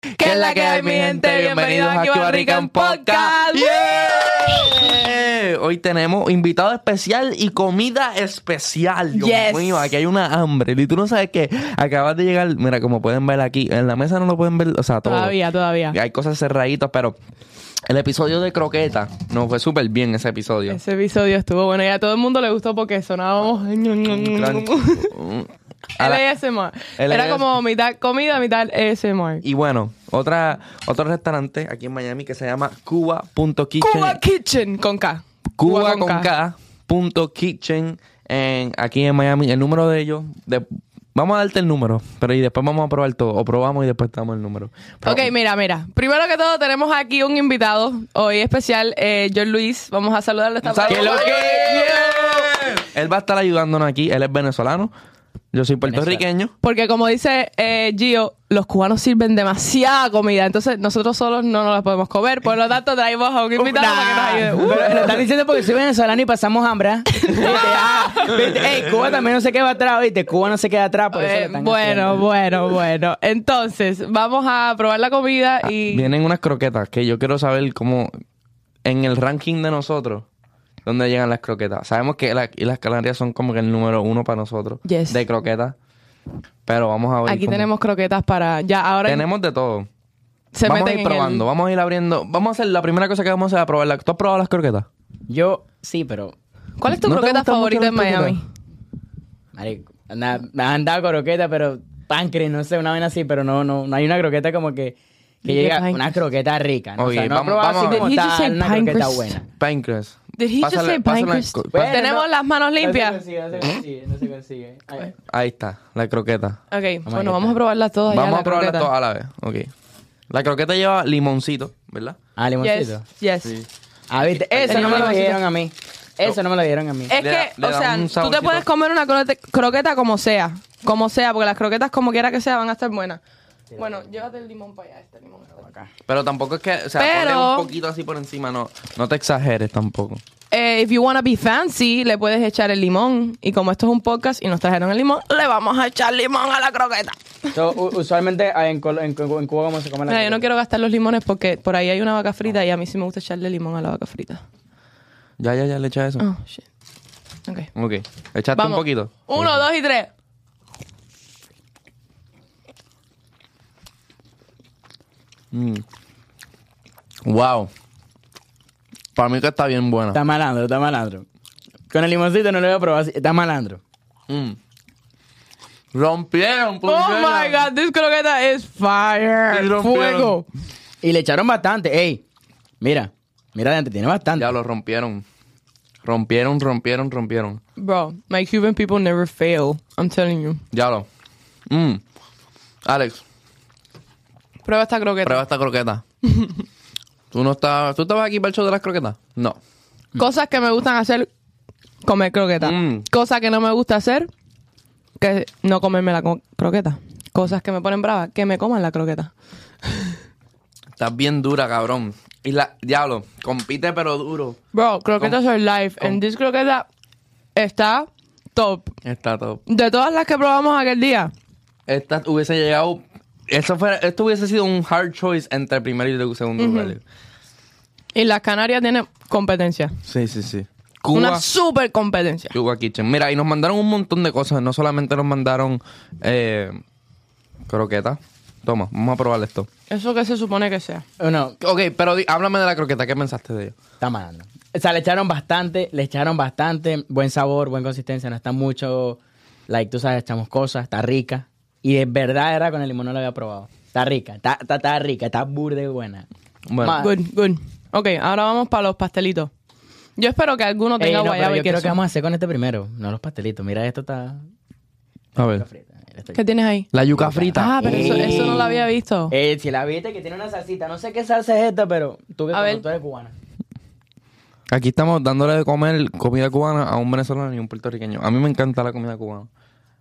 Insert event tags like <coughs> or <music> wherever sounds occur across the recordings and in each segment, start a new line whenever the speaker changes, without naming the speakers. ¿Qué es la que hay, mi gente? Bienvenidos a Cuba Rica en Podcast.
Yeah. Hoy tenemos invitado especial y comida especial. Dios
Yes.
mío, aquí hay una hambre. Y tú no sabes que acabas de llegar. Mira, como pueden ver aquí, en la mesa no lo pueden ver. O sea, todo.
Todavía, todavía.
Hay cosas cerraditas, pero el episodio de Croqueta nos fue súper bien ese episodio.
Ese episodio estuvo bueno y a todo el mundo le gustó porque sonábamos.
A la-
LSMR. Era
LASMR.
como mitad comida, mitad ASMR.
Y bueno, otra, otro restaurante aquí en Miami que se llama Cuba.kitchen.
Cuba Kitchen con K.
Cuba con K. punto kitchen en, aquí en Miami. El número de ellos. de- vamos a darte el número, pero y después vamos a probar todo. O probamos y después damos el número. Pero-
Ok, mira, mira. Primero que todo, tenemos aquí un invitado hoy especial, eh, John Luis. Vamos a saludarlo esta
¡Que lo que-
Yeah.
Él va a estar ayudándonos aquí. Él es venezolano. Yo soy puertorriqueño.
Porque como dice eh, Gio, los cubanos sirven demasiada comida, entonces nosotros solos no nos la podemos comer, por lo tanto traemos a un invitado para que nos ayude. Uh,
Pero lo están diciendo porque soy venezolano y pasamos hambre.
<laughs>
¿ah? Viste, ah, viste, ey, Cuba también no se queda atrás, ¿viste? Cuba no se queda atrás, por eso lo
eh,
están
bueno,
haciendo.
bueno, bueno. Entonces, vamos a probar la comida
Ah,
y...
Vienen unas croquetas que yo quiero saber cómo. En el ranking de nosotros, ¿dónde llegan las croquetas? Sabemos que la- y las Canarias son como que el número uno para nosotros
Yes.
de croquetas. Pero vamos a ver.
Aquí
cómo-
tenemos croquetas para... Ya, ahora
Tenemos de todo.
se
vamos a
meten
ir
en el-
probando, vamos a ir abriendo. Vamos a hacer la primera cosa que vamos a hacer es probar. la- ¿Tú has probado las croquetas?
Yo, sí, pero,
¿Cuál es tu
¿No te
croqueta
gustan mucho
favorita
las
en Miami?
croquetas?
marico, na- me han dado croqueta, pero páncreas, no sé, una vaina así, pero no, no, no hay una croqueta como que, que
Diga
llega
páncreas.
una croqueta rica. ¿no?
Ok,
o sea, no
vamos-
he probado
vamos
así
a
como
ver. Did you say
tal una croqueta
páncreas?
buena.
Pancreas.
Did he just
Pásale-
say
pásale-
pancreas?
co-
Bueno, Pues Tenemos las manos limpias. ¿Eh?
No se consigue, no se consigue, no se consigue. Ay,
Ahí está, la croqueta.
Ok,
a
bueno,
ir.
vamos a probarlas todas. Oh, ya,
Vamos
la
a probarlas
croqueta.
todas a la vez. Ok. La croqueta lleva limoncito, ¿verdad?
Ah, limoncito.
Yes, yes.
Ah, viste, eso no me lo dieron a mí. Eso no me lo dieron a mí.
Es
Le
que,
da- le
o
da
sea,
un
tú te
saborcito.
puedes comer una crote- croqueta como sea. Como sea, porque las croquetas como quiera que sea van a estar buenas. Bueno, llévate el limón para allá, este limón.
Pero tampoco es que, o sea,
Pero-
ponle un poquito así por encima, no, no te exageres tampoco.
Eh, if you wanna be fancy, le puedes echar el limón. Y como esto es un podcast y nos trajeron el limón, le vamos a echar limón a la croqueta.
So, u- usualmente ah, en, Col- en, en Cuba como se come la
Mira, yo no
croqueta?
quiero gastar los limones porque por ahí hay una vaca frita y a mí sí me gusta echarle limón a la vaca frita.
Ya, ya, ya le echas eso.
Oh, shit. Ok.
Ok. Echaste
Vamos.
un poquito.
Uno, dos y tres.
Mm. Wow. Para mí que está bien buena.
Está malandro, está malandro. Con el limoncito no lo voy a probar. así- Está malandro.
Mm. Rompieron,
Oh my
pulseras.
god, this croqueta is fire.
Y rompieron.
Fuego.
Y le echaron bastante. Ey, mira, mira adelante, tiene bastante.
Ya lo rompieron. Rompieron, rompieron, rompieron.
Bro, my Cuban people never fail. I'm telling you.
Ya lo. Mm. Alex,
Prueba esta croqueta.
prueba esta <laughs> croqueta. ¿Tú no estabas, ¿tú estabas aquí para el show de las croquetas? No.
Cosas que me gustan hacer, comer croqueta.
Mm.
Cosas que no me gusta hacer, que no comerme la co- croqueta. Cosas que me ponen brava, que me coman la croqueta.
Estás bien dura, cabrón. Y la, diablo, compite pero duro.
Bro, croquetas
Oh.
are life. And this croqueta está top.
Está top.
De todas las que probamos aquel día.
Esta hubiese llegado. Eso fuera, esto hubiese sido un hard choice entre el primero y el segundo lugar.
Y las Canarias tienen competencia.
Sí, sí, sí.
Una
Cuba.
super competencia.
Cuba Kitchen. Mira, y nos mandaron un montón de cosas. No solamente nos mandaron eh, croquetas. Toma, vamos a probar esto.
Eso que se supone que sea.
Oh, No,
Ok, pero di- háblame de la croqueta. ¿Qué pensaste de ella?
está malandro. O sea, le echaron bastante, le echaron bastante. Buen sabor, buena consistencia. No está mucho, like, tú sabes, echamos cosas. Está rica. Y de verdad era con el limón no lo había probado. Está rica, está, está, está rica, está burda y buena.
Bueno.
Ma-
Good, good. Ok, ahora vamos para los pastelitos. Yo espero que alguno
Ey,
tenga
no, pero
guayaba y
yo quiero
queso.
que vamos a hacer con este primero, no los pastelitos. Mira, esto está
A ver.
frita. Mira, esto-
¿Qué tienes ahí?
La yuca frita.
Ah, pero eso, eso no lo había visto.
Eh, si la viste que tiene una salsita, no sé qué salsa es esta, pero tú que
A
como
ver.
tú eres cubana.
Aquí estamos dándole de comer comida cubana a un venezolano y un puertorriqueño. A mí me encanta la comida cubana.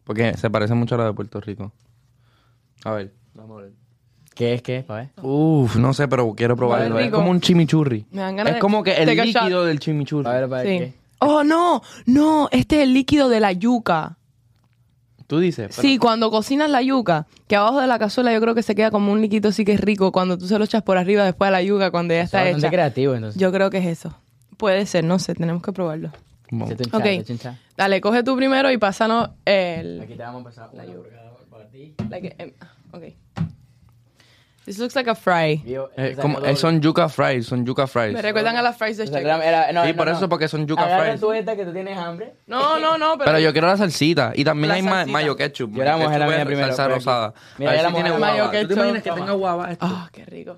Porque se parece mucho a la de Puerto Rico. A ver. Vamos a ver.
¿Qué es qué? es? Pa' ver.
Uf, no sé, pero quiero probarlo.
Huele
Es
rico.
como un chimichurri.
Me dan ganas
Es
de
como que el
take a shot.
líquido del chimichurri.
Oh,
A ver, pa' ver
Sí.
qué.
Oh, no, no, este es el líquido de la yuca.
Tú dices. pero-
Sí, cuando cocinas la yuca, que abajo de la cazuela yo creo que se queda como un liquito así que es rico cuando tú se lo echas por arriba después de la yuca cuando ya
Está
está
bastante
hecha.
creativo, entonces.
Yo creo que es eso. Puede ser, no sé, tenemos que probarlo.
Bueno.
Echa tu hinchada,
Ok,
echa tu hinchada.
dale, coge tú primero y pásanos el...
Aquí te vamos a pasar una por cada- para ti.
like, em, ok. This looks like a fry.
Yo-
Eh,
o sea,
como-
yo doble.
eh, son yuca fries, son yuca fries.
Me recuerdan a las fries de
O sea,
Chicago.
era- era- no,
Sí,
no,
por
no.
eso, porque son yuca
Agarra
fries.
tú esta que tú tienes hambre.
No, no, no, pero...
Pero yo quiero la salsita. Y también
La
hay ma-
salsita.
mayo ketchup.
Yo la
Mayo
mojé la
ketchup
mía
es
primero,
Salsa
por aquí.
rosada.
Mira,
A ver
ya la
si
mojé
tiene
la mía.
guava.
Mayo
¿Tú te
ketchup,
imaginas que tenga
toma.
guava esto?
Ah, qué rico.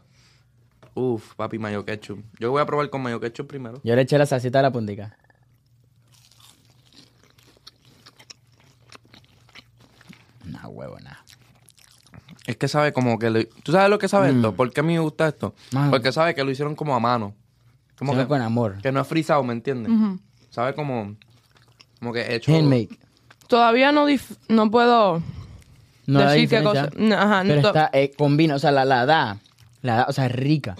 Uf, papi, mayo ketchup. Yo voy a probar con mayo ketchup primero.
Yo le eché la salsita a la puntica. Una huevona.
Es que sabe como que... lo- ¿Tú sabes lo que sabe esto? ¿Por qué a mí me gusta esto?
Mano.
Porque sabe que lo hicieron como a mano. Como
Solo
que,
con amor.
que no es frisado, ¿me entiendes? Sabe como... Como que hecho...
Handmade.
Todavía no, dif- no puedo...
No hay
Decir qué
diferencia.
cosa. No, ajá,
Pero
no-
está, eh, combina, o sea, la, la da. La da, o sea, es rica.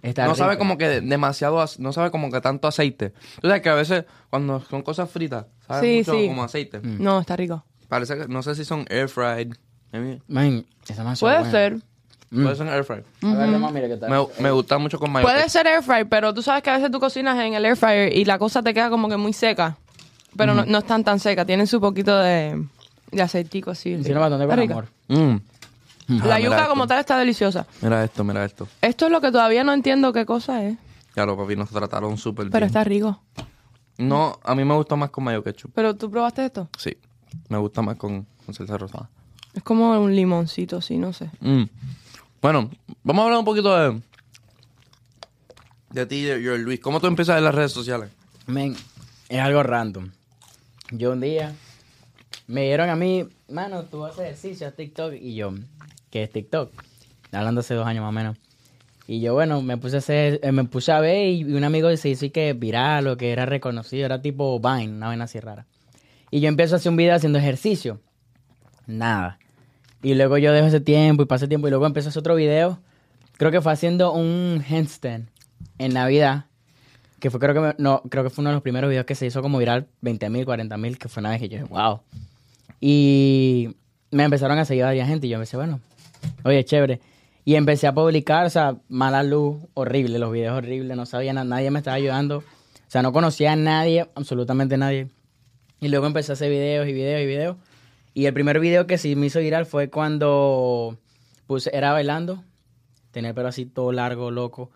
Está
no
rica.
sabe como que de- demasiado, ac- no sabe como que tanto aceite. Tú sabes que a veces cuando son cosas fritas, sabe
Sí,
mucho
sí.
como aceite.
No, está rico.
Parece que, no sé si son air fried. Maybe.
Man, esa más
Puede ser.
Puede ser air fried.
A ver, mamá, mira que tal.
Me, me gusta mucho con mayo.
Puede
ketchup.
ser air fry, pero tú sabes que a veces tú cocinas en el air fryer y la cosa te queda como que muy seca. Pero no, no están tan seca, tienen su poquito de, de aceitico así.
Hicieron bastante
Está
con
rica.
amor.
La
Mm. Ah, mira
yuca
esto.
como tal está deliciosa.
Mira esto, mira esto.
Esto es lo que todavía no entiendo qué cosa es,
Ya lo papi nos trataron súper
pero
bien.
está rico.
No, a mí me gusta más con mayo ketchup.
Pero tú probaste esto.
Sí. Me gusta más con, con salsa rosada.
Es como un limoncito así, no sé.
Mm. Bueno, vamos a hablar un poquito de. De ti, de yo, Luis. ¿Cómo tú empiezas en las redes sociales?
Men, es algo random. Yo un día me dieron a mí, mano, tú haces ejercicio, haz TikTok. Y yo, ¿qué es TikTok? Hablando hace dos años más o menos. Y yo, bueno, me puse a hacer, eh, me puse a ver y un amigo se hizo y que viral o que era reconocido, era tipo Vine, una vaina así rara. Y yo empiezo a hacer un video haciendo ejercicio. Nada. Y luego yo dejo ese tiempo y pasé tiempo y luego empiezo a hacer otro video. Creo que fue haciendo un handstand en Navidad. Que fue, creo que, me- no, creo que fue uno de los primeros videos que se hizo como viral, 20 mil, 40 mil, que fue una vez que yo dije, wow. Y me empezaron a seguir varias gente y yo me decía, bueno, oye, chévere. Y empecé a publicar, o sea, mala luz, horrible, los videos horribles, no sabía nada, nadie me estaba ayudando. O sea, no conocía a nadie, absolutamente nadie. Y luego empecé a hacer videos y videos y videos. Y el primer video que sí me hizo viral fue cuando puse, era bailando, tenía el pelo así todo largo, loco.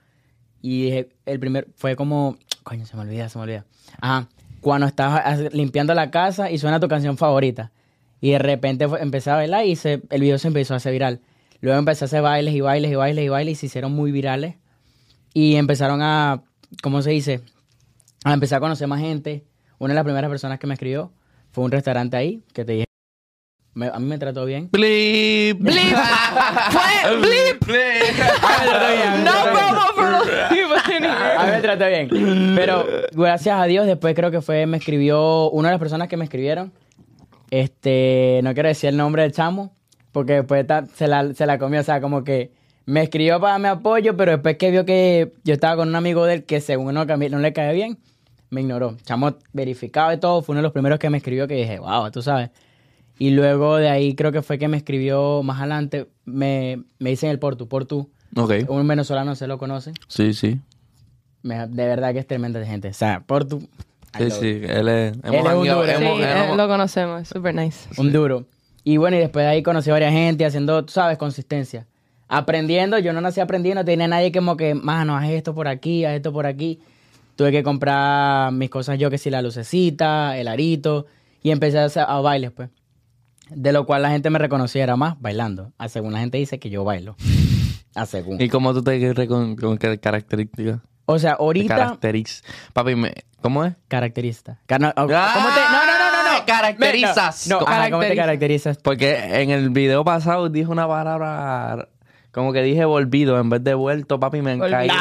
Y dije, el primer fue como, coño, se me olvida, se me olvida. Ajá, cuando estaba as- limpiando la casa y suena tu canción favorita. Y de repente fue- empecé a bailar y se- el video se empezó a hacer viral. Luego empecé a hacer bailes y bailes y bailes y bailes y se hicieron muy virales. Y empezaron a, ¿cómo se dice? A empezar a conocer más gente. Una de las primeras personas que me escribió fue un restaurante ahí que te dije, me- a mí me trató bien.
Blip. Eh,
¡Blip! <laughs> ¡Fue blip! ¡No promo for los
A mí me trató bien. Pero gracias a Dios, después creo que fue, me escribió, una de las personas que me escribieron, este, no quiero decir el nombre del chamo, porque después ta- se, la, se la comió, o sea, como que me escribió para darme apoyo, pero después que vio que yo estaba con un amigo de él que según no, que a mí no le cae bien, me ignoró. Chamo verificado y todo, fue uno de los primeros que me escribió que dije, wow, tú sabes. Y luego de ahí creo que fue que me escribió más adelante, me, me dicen el por tú, por tú.
<laughs> Ok.
Un venezolano se lo conoce.
Sí, sí.
Me- de verdad que es tremenda gente. O sea, por tu. I
Sí,
love
sí. Él es. Hemos
es un
hangueado,
duro.
Sí,
hemos-
eh,
hemos-
lo conocemos, es súper nice.
it. Un duro. Y bueno, y después de ahí conocí a varias gente haciendo, tú sabes, consistencia. Aprendiendo, yo no nací aprendiendo, tenía nadie como que, mano, haz esto por aquí, haz esto por aquí. Tuve que comprar mis cosas yo, que si la lucecita, el arito, y empecé a, hacer- a bailes, pues. De lo cual la gente me reconociera más bailando. A según la gente dice que yo bailo. A según.
¿Y cómo tú te quedas con, con qué características?
O sea, ahorita,
Caracteriz. Papi, me- ¿cómo es?
caracterista. Cana- oh, ¿Cómo te.? No, no, no, no, no.
Caracterizas.
No,
¿Cómo?
ajá, ¿cómo te
Caracteriza.
caracterizas?
Porque en el video pasado dije una palabra. Como que dije volvido en vez de vuelto, papi, me han caído.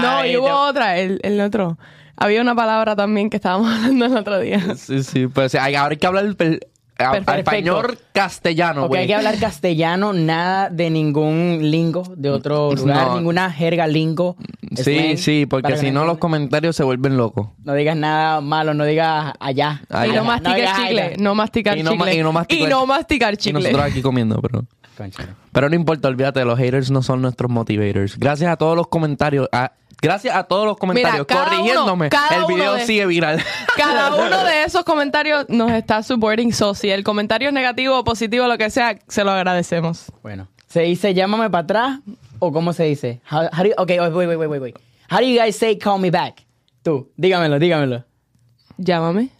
No, y hubo otra, el, el otro. Había una palabra también que estábamos <laughs> hablando el otro día.
Sí, sí, pero sí, hay- ahora hay que hablar el per- a-
Perfecto.
español castellano,
Porque
güey.
hay que hablar castellano, nada de ningún lingo de otro lugar,
No.
ninguna jerga lingo,
Sí,
slang,
sí, porque
para que
si no los comentarios se vuelven locos.
No digas nada malo, no digas allá.
Ay,
y
ya.
no masticar
digas
chicle.
allá.
No masticar
Y no ma-
chicle.
y no masticar-
Y no masticar
Y
chicle.
nosotros aquí comiendo, pero...
Concha.
Pero no importa, olvídate, los haters no son nuestros motivators. Gracias a todos los comentarios, a- gracias a todos los comentarios
cada uno,
corrigiéndome,
cada
el
uno
video
de-
sigue viral.
<laughs> Cada uno de esos comentarios nos está supporting. So, si el comentario es negativo o positivo, lo que sea, se lo agradecemos.
Bueno. ¿Se dice llámame para atrás? ¿O cómo se dice? How, how do you- okay, wait, wait, wait, wait, wait. How do you guys say call me back? Tú, dígamelo, dígamelo.
Llámame.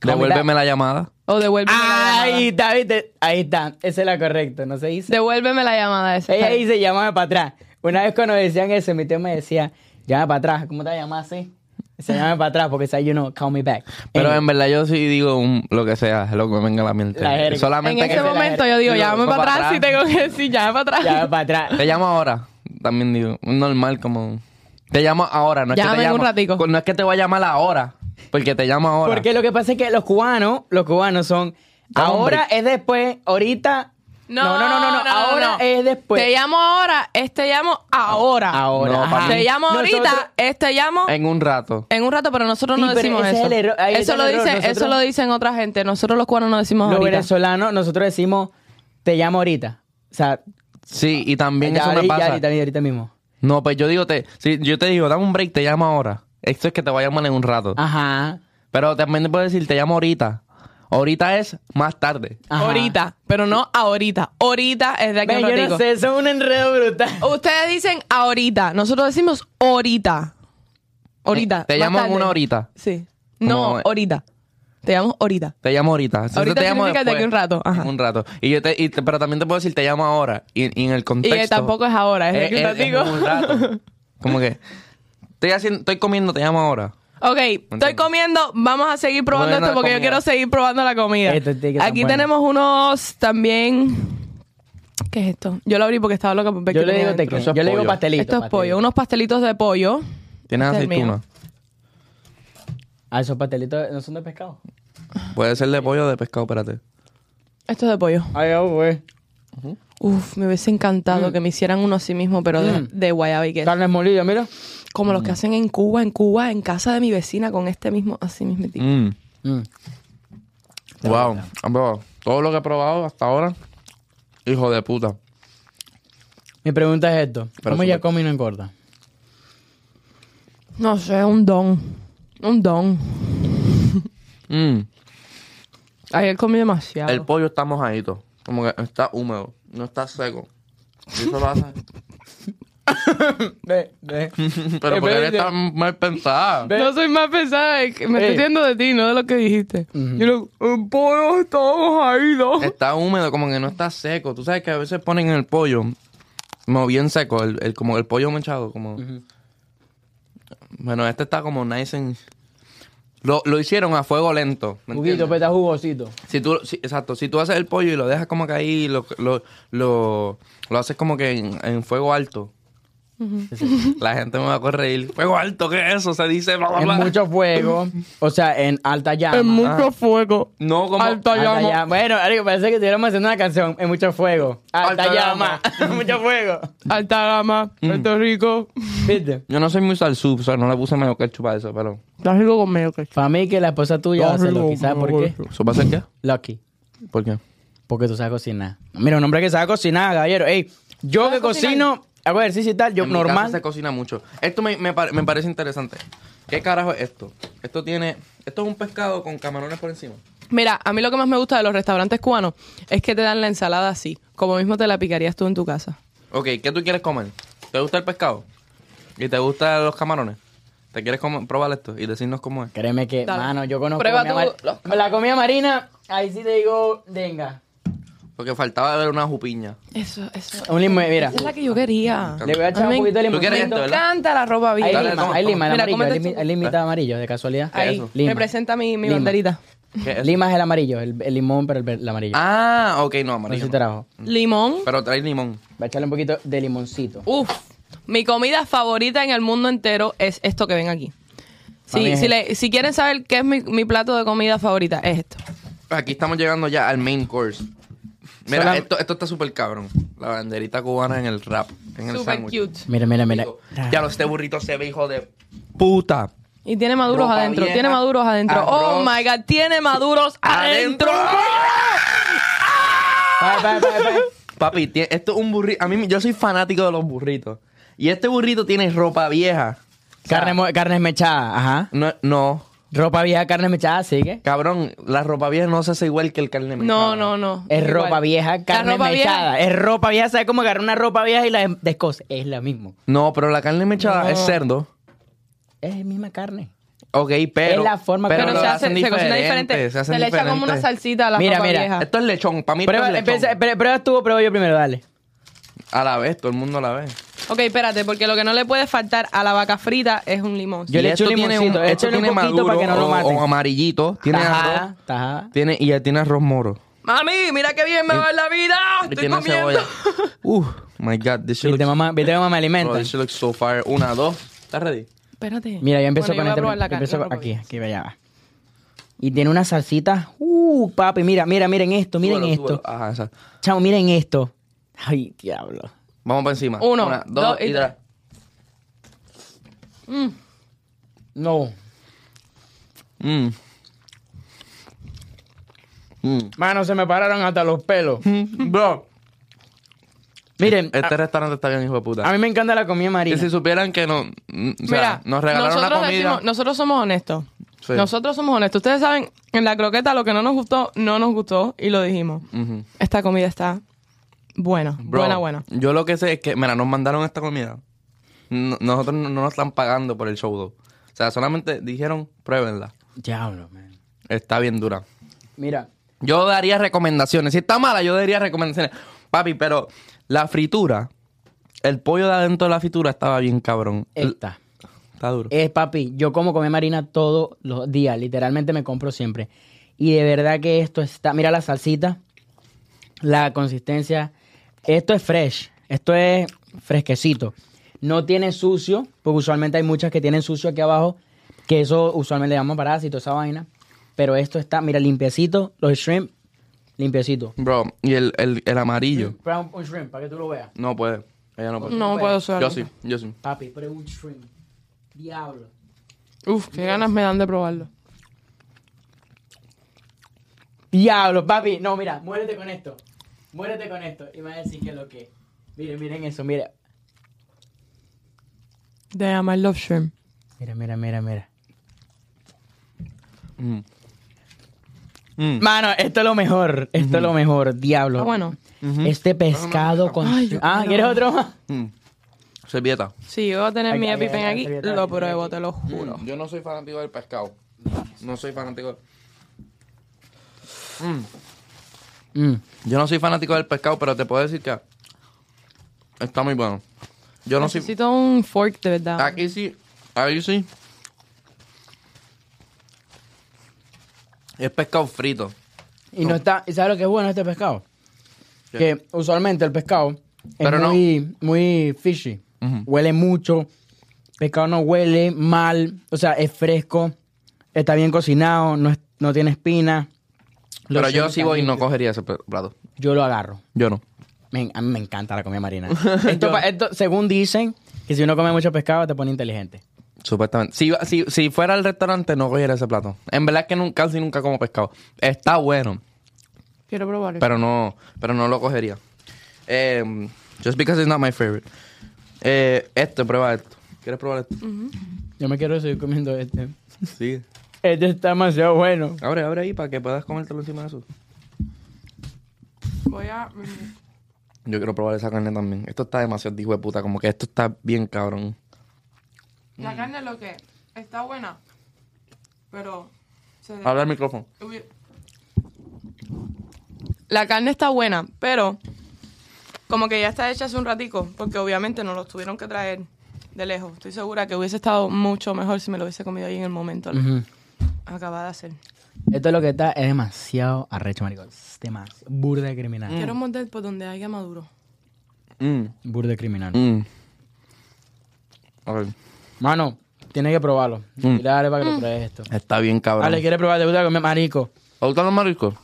Devuélveme la llamada.
O devuélveme
Ah.
la
Ahí
llamada.
está, ¿viste? Ahí está. Esa es la correcta, no se dice.
Devuélveme la llamada. esa.
Ella dice llámame para atrás. Una vez cuando decían eso, mi tío me decía, llámame para atrás. ¿Cómo te llamas así? Se llama para atrás porque say you know, call me back.
Pero
Eh.
Anyway.
en verdad yo sí digo un- lo que sea, lo que me venga a la mente.
La jerga.
En
Solamente
ese
que
momento yo digo,
Digo,
llámame
fue
para
para
atrás si tengo
atrás.
que decir, llámame para
Ya,
atrás.
<laughs>
para atrás.
te llamo ahora, también digo, un normal como te llamo ahora, no es que
Llámame
te
en
llamo,
un ratico.
no es que te voy a llamar ahora, porque te llamo ahora.
Porque lo que pasa es que los cubanos, los cubanos son
Dame un
ahora
break.
es después, ahorita. No, no, no, no, no, ahora
no.
es después.
Te llamo ahora, este llamo ahora.
Ahora.
No, para
ajá.
mí-
Te llamo ahorita,
Nosotros-
este llamo
Ah. en un rato.
en un rato, pero nosotros
Sí,
no
pero
decimos
ese es
eso.
el error, ahí está
eso
el
lo
error,
dicen, eso
nosotros-
lo dicen otra gente. Nosotros los cubanos no decimos
los
ahorita.
venezolanos, nosotros decimos, te llamo ahorita. O sea,
Sí, y también
ya
eso me
ahorita,
pasa.
ahorita, ahorita mismo.
No, pues yo digo, te, si yo te digo, dame un break, te llamo ahora. Esto es que te voy a llamar en un rato.
Ajá.
Pero también te puedo decir, te llamo ahorita. Ahorita es más tarde.
ajá.
Ahorita, pero no ahorita. Ahorita es de aquí a
Ven,
un
yo
ratico.
no sé, eso es un enredo brutal.
Ustedes dicen ahorita. Nosotros decimos ahorita. Ahorita.
Te
más
llamo en
tarde.
una horita.
Sí.
Como-
No, ahorita. Te llamo ahorita.
Te llamo ahorita. Eso
Ahorita
te llamo
significa de
después.
aquí a un rato, ajá.
En Un rato. Y yo te, y te- pero también te puedo decir, te llamo ahora. Y, y en el
Y
contexto.
eh, tampoco es ahora, es de
es-
aquí a un
es- es
ratico.
un rato. Como que, estoy, haciendo, estoy comiendo, te llamo ahora.
Ok, estoy comiendo. Vamos a seguir probando
Bueno,
esto porque yo
comida.
quiero seguir probando la comida.
Esto tiene que estar
Aquí
Este bueno.
tenemos unos también. ¿Qué es esto? Yo lo abrí porque estaba loca por ver
Yo
qué
le
tenía
digo
dentro.
tequila,
Eso es
yo le digo
pollo.
pastelito.
Esto es
pastelito.
pollo, unos pastelitos de pollo.
Tienes
Este es el mío.
aceituna.
Ah, esos pastelitos no son de pescado.
Puede ser de pollo o de pescado, espérate.
Esto es de pollo.
Ay, oh, güey.
Uf, me hubiese
Mm.
encantado que me hicieran uno así mismo, pero de, de guayaba y queso.
Carnes molidas, mira.
Como
Mm.
los que hacen en Cuba, en Cuba, en casa de mi vecina, con este mismo, así mismo. tipo.
Mm.
Mm.
Wow. Han probado. Todo lo que he probado hasta ahora, hijo de puta.
Mi pregunta es esto.
Pero
¿Cómo
súper-
ya come y no engorda? Mm.
No sé, un don. Un don.
Mm.
Ayer comí demasiado.
El pollo está mojadito. Como que está húmedo. No está seco. Y eso pasa.
Ve, <laughs> ve.
Pero porque
Espérate.
él está mal pensada.
No soy más pesada, es que me
Ey.
estoy riendo de ti, no de lo que dijiste. Yo lo, el pollo estaba mojado.
Está húmedo, como que no está seco. Tú sabes que a veces ponen el pollo como bien seco, el, el- como el pollo manchado, como... Bueno, este está como nice and... Lo, lo hicieron a fuego lento. ¿me
Juguito,
entiendes?
peta jugosito.
Si tú, si- exacto, si tú haces el pollo y lo dejas como que ahí, lo, lo, lo, lo haces como que en, en fuego alto. La gente me va a corregir. ¿Fuego alto qué es eso? Se dice bla, bla,
En
bla.
mucho fuego. O sea, en alta llama.
En mucho fuego.
No, como...
Alto
Alta
llama.
llama. Bueno, Ari, parece que estuviéramos haciendo una canción. En mucho fuego. Alta,
Alta
llama. <laughs> mucho fuego.
Alta gama, Puerto Rico.
¿Viste?
Yo no soy muy salsú, o sea, no le puse medio ketchup para eso, pero...
Está rico con medio que
Para mí que la esposa tuya va a ser
Dale,
Lucky. ¿Sabes por qué?
gordo.
¿Eso va a ser qué?
Lucky.
¿Por qué?
Porque tú sabes cocinar. Mira, un hombre que sabe cocinar, caballero. Ey, yo que
cocinar?
cocino, hago ejercicio y tal, yo
En mi casa
normal.
se cocina mucho. Esto me, me pare- me parece interesante. ¿Qué carajo es esto? Esto tiene... Esto es un pescado con camarones por encima.
Mira, a mí lo que más me gusta de los restaurantes cubanos es que te dan la ensalada así, como mismo te la picarías tú en tu casa.
Ok, ¿qué tú quieres comer? ¿Te gusta el pescado? ¿Y te gustan los camarones? ¿Te quieres comer- probar esto y decirnos cómo es?
Créeme que,
Dale.
mano, yo conozco
Prueba
comida
tú
mar-
los-
la comida marina. Ahí sí te digo, venga.
Porque faltaba ver una jupiña.
Eso, eso.
Un limón, mira.
Esa es la que yo quería.
Le voy a echar
A mí
un poquito de
¿Tú
limón.
quieres
Me
esto, verdad?
encanta la ropa
Hay
vieja.
Dale,
lima,
toma,
hay
toma.
lima, el
Mira,
amarillo. Hay
cómete
limi-
tú.
hay limita amarillo, de casualidad.
Ahí,
Eso.
Lima.
representa mi, mi
Lima.
banderita.
¿Qué es?
Lima es el amarillo, el, el limón, pero el, ver- el amarillo.
Ah, ok, no,
no sé
amarillo.
si
no.
trabajo.
Limón.
Pero trae limón.
Voy a echarle un poquito de limoncito.
Uf, mi comida favorita en el mundo entero es esto que ven aquí.
Pa' mí
Sí,
es
si, le- si quieren saber
Pues
qué es mi, mi plato de comida favorita, es esto.
Aquí estamos llegando ya al main course. Mira,
Solam-
esto, esto está súper cabrón. La banderita cubana en el rap, en el
Super
sándwich.
cute.
Mira, mira, mira.
Digo, Ya lo, este burrito se ve, hijo de puta.
Y tiene maduros
Ropa
adentro,
vieja,
tiene maduros adentro. Oh
arroz.
my god, tiene maduros adentro.
Pa,
<laughs>
pa, pa, pa.
Papi, tie- esto es un burrito. A mí, yo soy fanático de los burritos. Y este burrito tiene ropa vieja.
Carne, mo- carne mechada, ajá.
No, no.
Ropa vieja, carne mechada, sigue.
Cabrón, la ropa vieja no se hace igual que el carne
No, no, no.
Es
Igual.
ropa vieja,
La
carne
ropa vieja.
mechada. Es ropa vieja, ¿sabes cómo agarrar una ropa vieja y la des- descoce? Es la misma.
No, pero la carne mechada
No.
es cerdo.
Es la misma carne.
Ok, pero.
Es la forma
Pero,
como
lo
se, hace,
hacen
se cocina
diferente,
diferente.
se
Se,
hacen
le echa como una
diferente.
salsita a la
Mira,
ropa
mira,
vieja.
Esto es lechón, para mí esto
Prueba,
es lechón.
empieza- pre- pruebas tú o pruebo yo primero, dale.
A la vez, todo el mundo a la vez.
Ok, espérate, porque lo que no le puede faltar a la vaca frita es un limón.
Yo- le echo limoncito,
esto
échale un
tiene
poquito
maduro
para que no lo
o-
maten.
o amarillito, tiene
Tajada,
arroz,
tajada.
tiene, y ya tiene arroz moro.
Mami, mira qué bien me va en la vida.
Y
Ah, Estoy
tiene
comiendo. <laughs>
cebolla. Uf, my God, this shit
Viste,
looks,
mamá, viste, mamá, me alimenta.
bro, this shit looks so fire. Una, dos, ¿estás ready?
Espérate.
Mira, yo empiezo
Bueno, voy a
con
probar
este.
la
yo empiezo
carne,
con-
la
aquí,
probar.
aquí, allá va. Y tiene una salsita. Uh, papi, mira, mira, miren esto, miren
Súbelo,
esto.
súbelo. Ajá, esa.
Chamo, miren esto. Ay, diablo.
Vamos para encima.
Uno,
Una, dos,
dos y
y tres.
No.
Mm. Mm.
Mano, se me pararon hasta los pelos.
Bro,
Miren,
este
a,
restaurante está bien, hijo de
a
puta.
mí me encanta la comida
Y
marina.
si supieran que no, mm, o
Mira,
sea, nos regalaron una
nosotros
comida.
decimos- nosotros somos honestos.
Sí.
Nosotros somos honestos. Ustedes saben, en la croqueta lo que no nos gustó, no nos gustó y lo dijimos.
Ujú.
Esta comida está buena,
Bro,
buena, buena.
Yo lo que sé es que, mira, nos mandaron esta comida. No- nosotros no, no nos están pagando por el show, though. O sea, solamente dijeron, pruébenla.
Diablo, man.
Está bien dura.
Mira.
Yo daría recomendaciones. Si está mala, yo daría recomendaciones. Papi, pero la fritura, el pollo de adentro de la fritura estaba bien cabrón. L-
Esta.
Está duro.
Es papi, yo como comida marina todos los días, literalmente me compro siempre. Y de verdad que esto está, mira la salsita, la consistencia, esto es fresh, esto es fresquecito. No tiene sucio, porque usualmente hay muchas que tienen sucio aquí abajo, que eso usualmente le llaman parásito, esa vaina. Pero esto está, mira, limpiecito, los shrimp, limpiecito.
Bro, y el, el, el amarillo.
Prueba un, un shrimp para que tú lo veas.
No puede. Ella no puede.
No puedo ser.
Yo sí, yo sí.
Papi, pero un shrimp. Diablo.
Uf, qué ganas me dan de probarlo.
Diablo, papi. No, mira, muérete con esto. Muérete con esto. Y me va a decir que lo que. Miren, miren eso, mira.
Damn, I love shrimp.
Mira, mira, mira, mira.
Mm. Mm.
Mano, esto es lo mejor. Esto es lo mejor, diablo.
Ah, bueno.
Este pescado con.
Ay, yo-
ah,
no.
¿quieres otro más?
Mm. Servieta.
Sí, yo voy a tener
Ay,
mi
ay,
EpiPen
ay,
aquí,
servilleta,
lo
servilleta.
pruebo, te lo juro.
Yo no soy fanático del pescado. No soy fanático.
Mm.
Yo no soy fanático del pescado, pero te puedo decir que está muy bueno. Yo no soy. Ah.
Necesito un fork, de verdad.
Aquí sí. Ahí sí. Es pescado frito.
Y no está. ¿Y sabes lo que es bueno este pescado?
¿Qué?
Que usualmente el pescado es
Pero no.
muy, muy fishy.
Ujú.
Huele mucho. Pescado no huele mal. O sea, es fresco. Está bien cocinado. No, es- no tiene espina. Lo
Pero yo
siento
sí voy y no
caliente.
cogería ese pe- plato.
Yo lo agarro.
Yo no.
Me- a mí me encanta la
<laughs>
comida marina. Esto, pa- esto, según dicen, que si uno come mucho pescado te pone inteligente.
Supuestamente. Si, si, si fuera al restaurante, no cogiera ese plato. En verdad es que nunca, casi nunca como pescado. Está bueno.
Quiero probarlo.
pero no pero no lo cogería Eh, just because it's not my favorite Eh, esto prueba esto quieres probar esto
Yo me quiero seguir comiendo este.
sí
Este está demasiado bueno.
abre abre ahí para que puedas comértelo encima de eso
Voy a...
yo quiero probar esa carne también esto está demasiado hijo de puta como que esto está bien cabrón
La carne lo que está buena, pero... se
habla el micrófono
La carne está buena, pero como que ya está hecha hace un ratico, porque obviamente nos los tuvieron que traer de lejos. Estoy segura que hubiese estado mucho mejor si me lo hubiese comido ahí en el momento. Lo
Ujú.
Acaba de hacer.
Mm. Esto es lo que está, es demasiado arrecho, maricón. Es demasiado. Burda de criminal.
Quiero morder por donde haya maduro.
mm,
Burda de criminal.
mm. A ver,
Mano, tienes que probarlo.
Mm.
Dile a Ale para que lo pruebes esto.
está bien cabrón
Ale, ¿quieres probar? ¿Te gusta comer marico?
¿Te gustan los mariscos?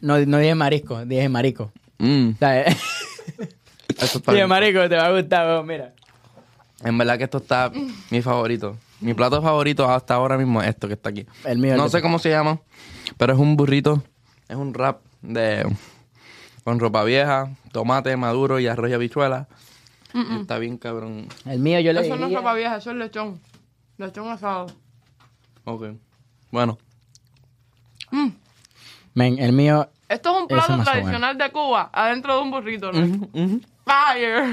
No, no dije marisco, dije marico.
Mm,
O sea, <laughs> eh,
eso está
dije
bien.
marico, te va a gustar, weón, mira.
En verdad que esto está mi favorito. Mi plato favorito hasta ahora mismo es esto que está aquí.
El mío, el
No
de-
sé cómo se llama, pero es un burrito, es un wrap de con ropa vieja, tomate maduro y arroz y habichuela. Y Está bien cabrón.
El mío yo le
Eso no es
diría-
ropa vieja, eso es lechón. Lechón asado.
Ok. Bueno,
Mm,
Men, el mío,
Esto es un
Eso es
plato
más
tradicional de Cuba, adentro de un burrito. ¿no? Fire.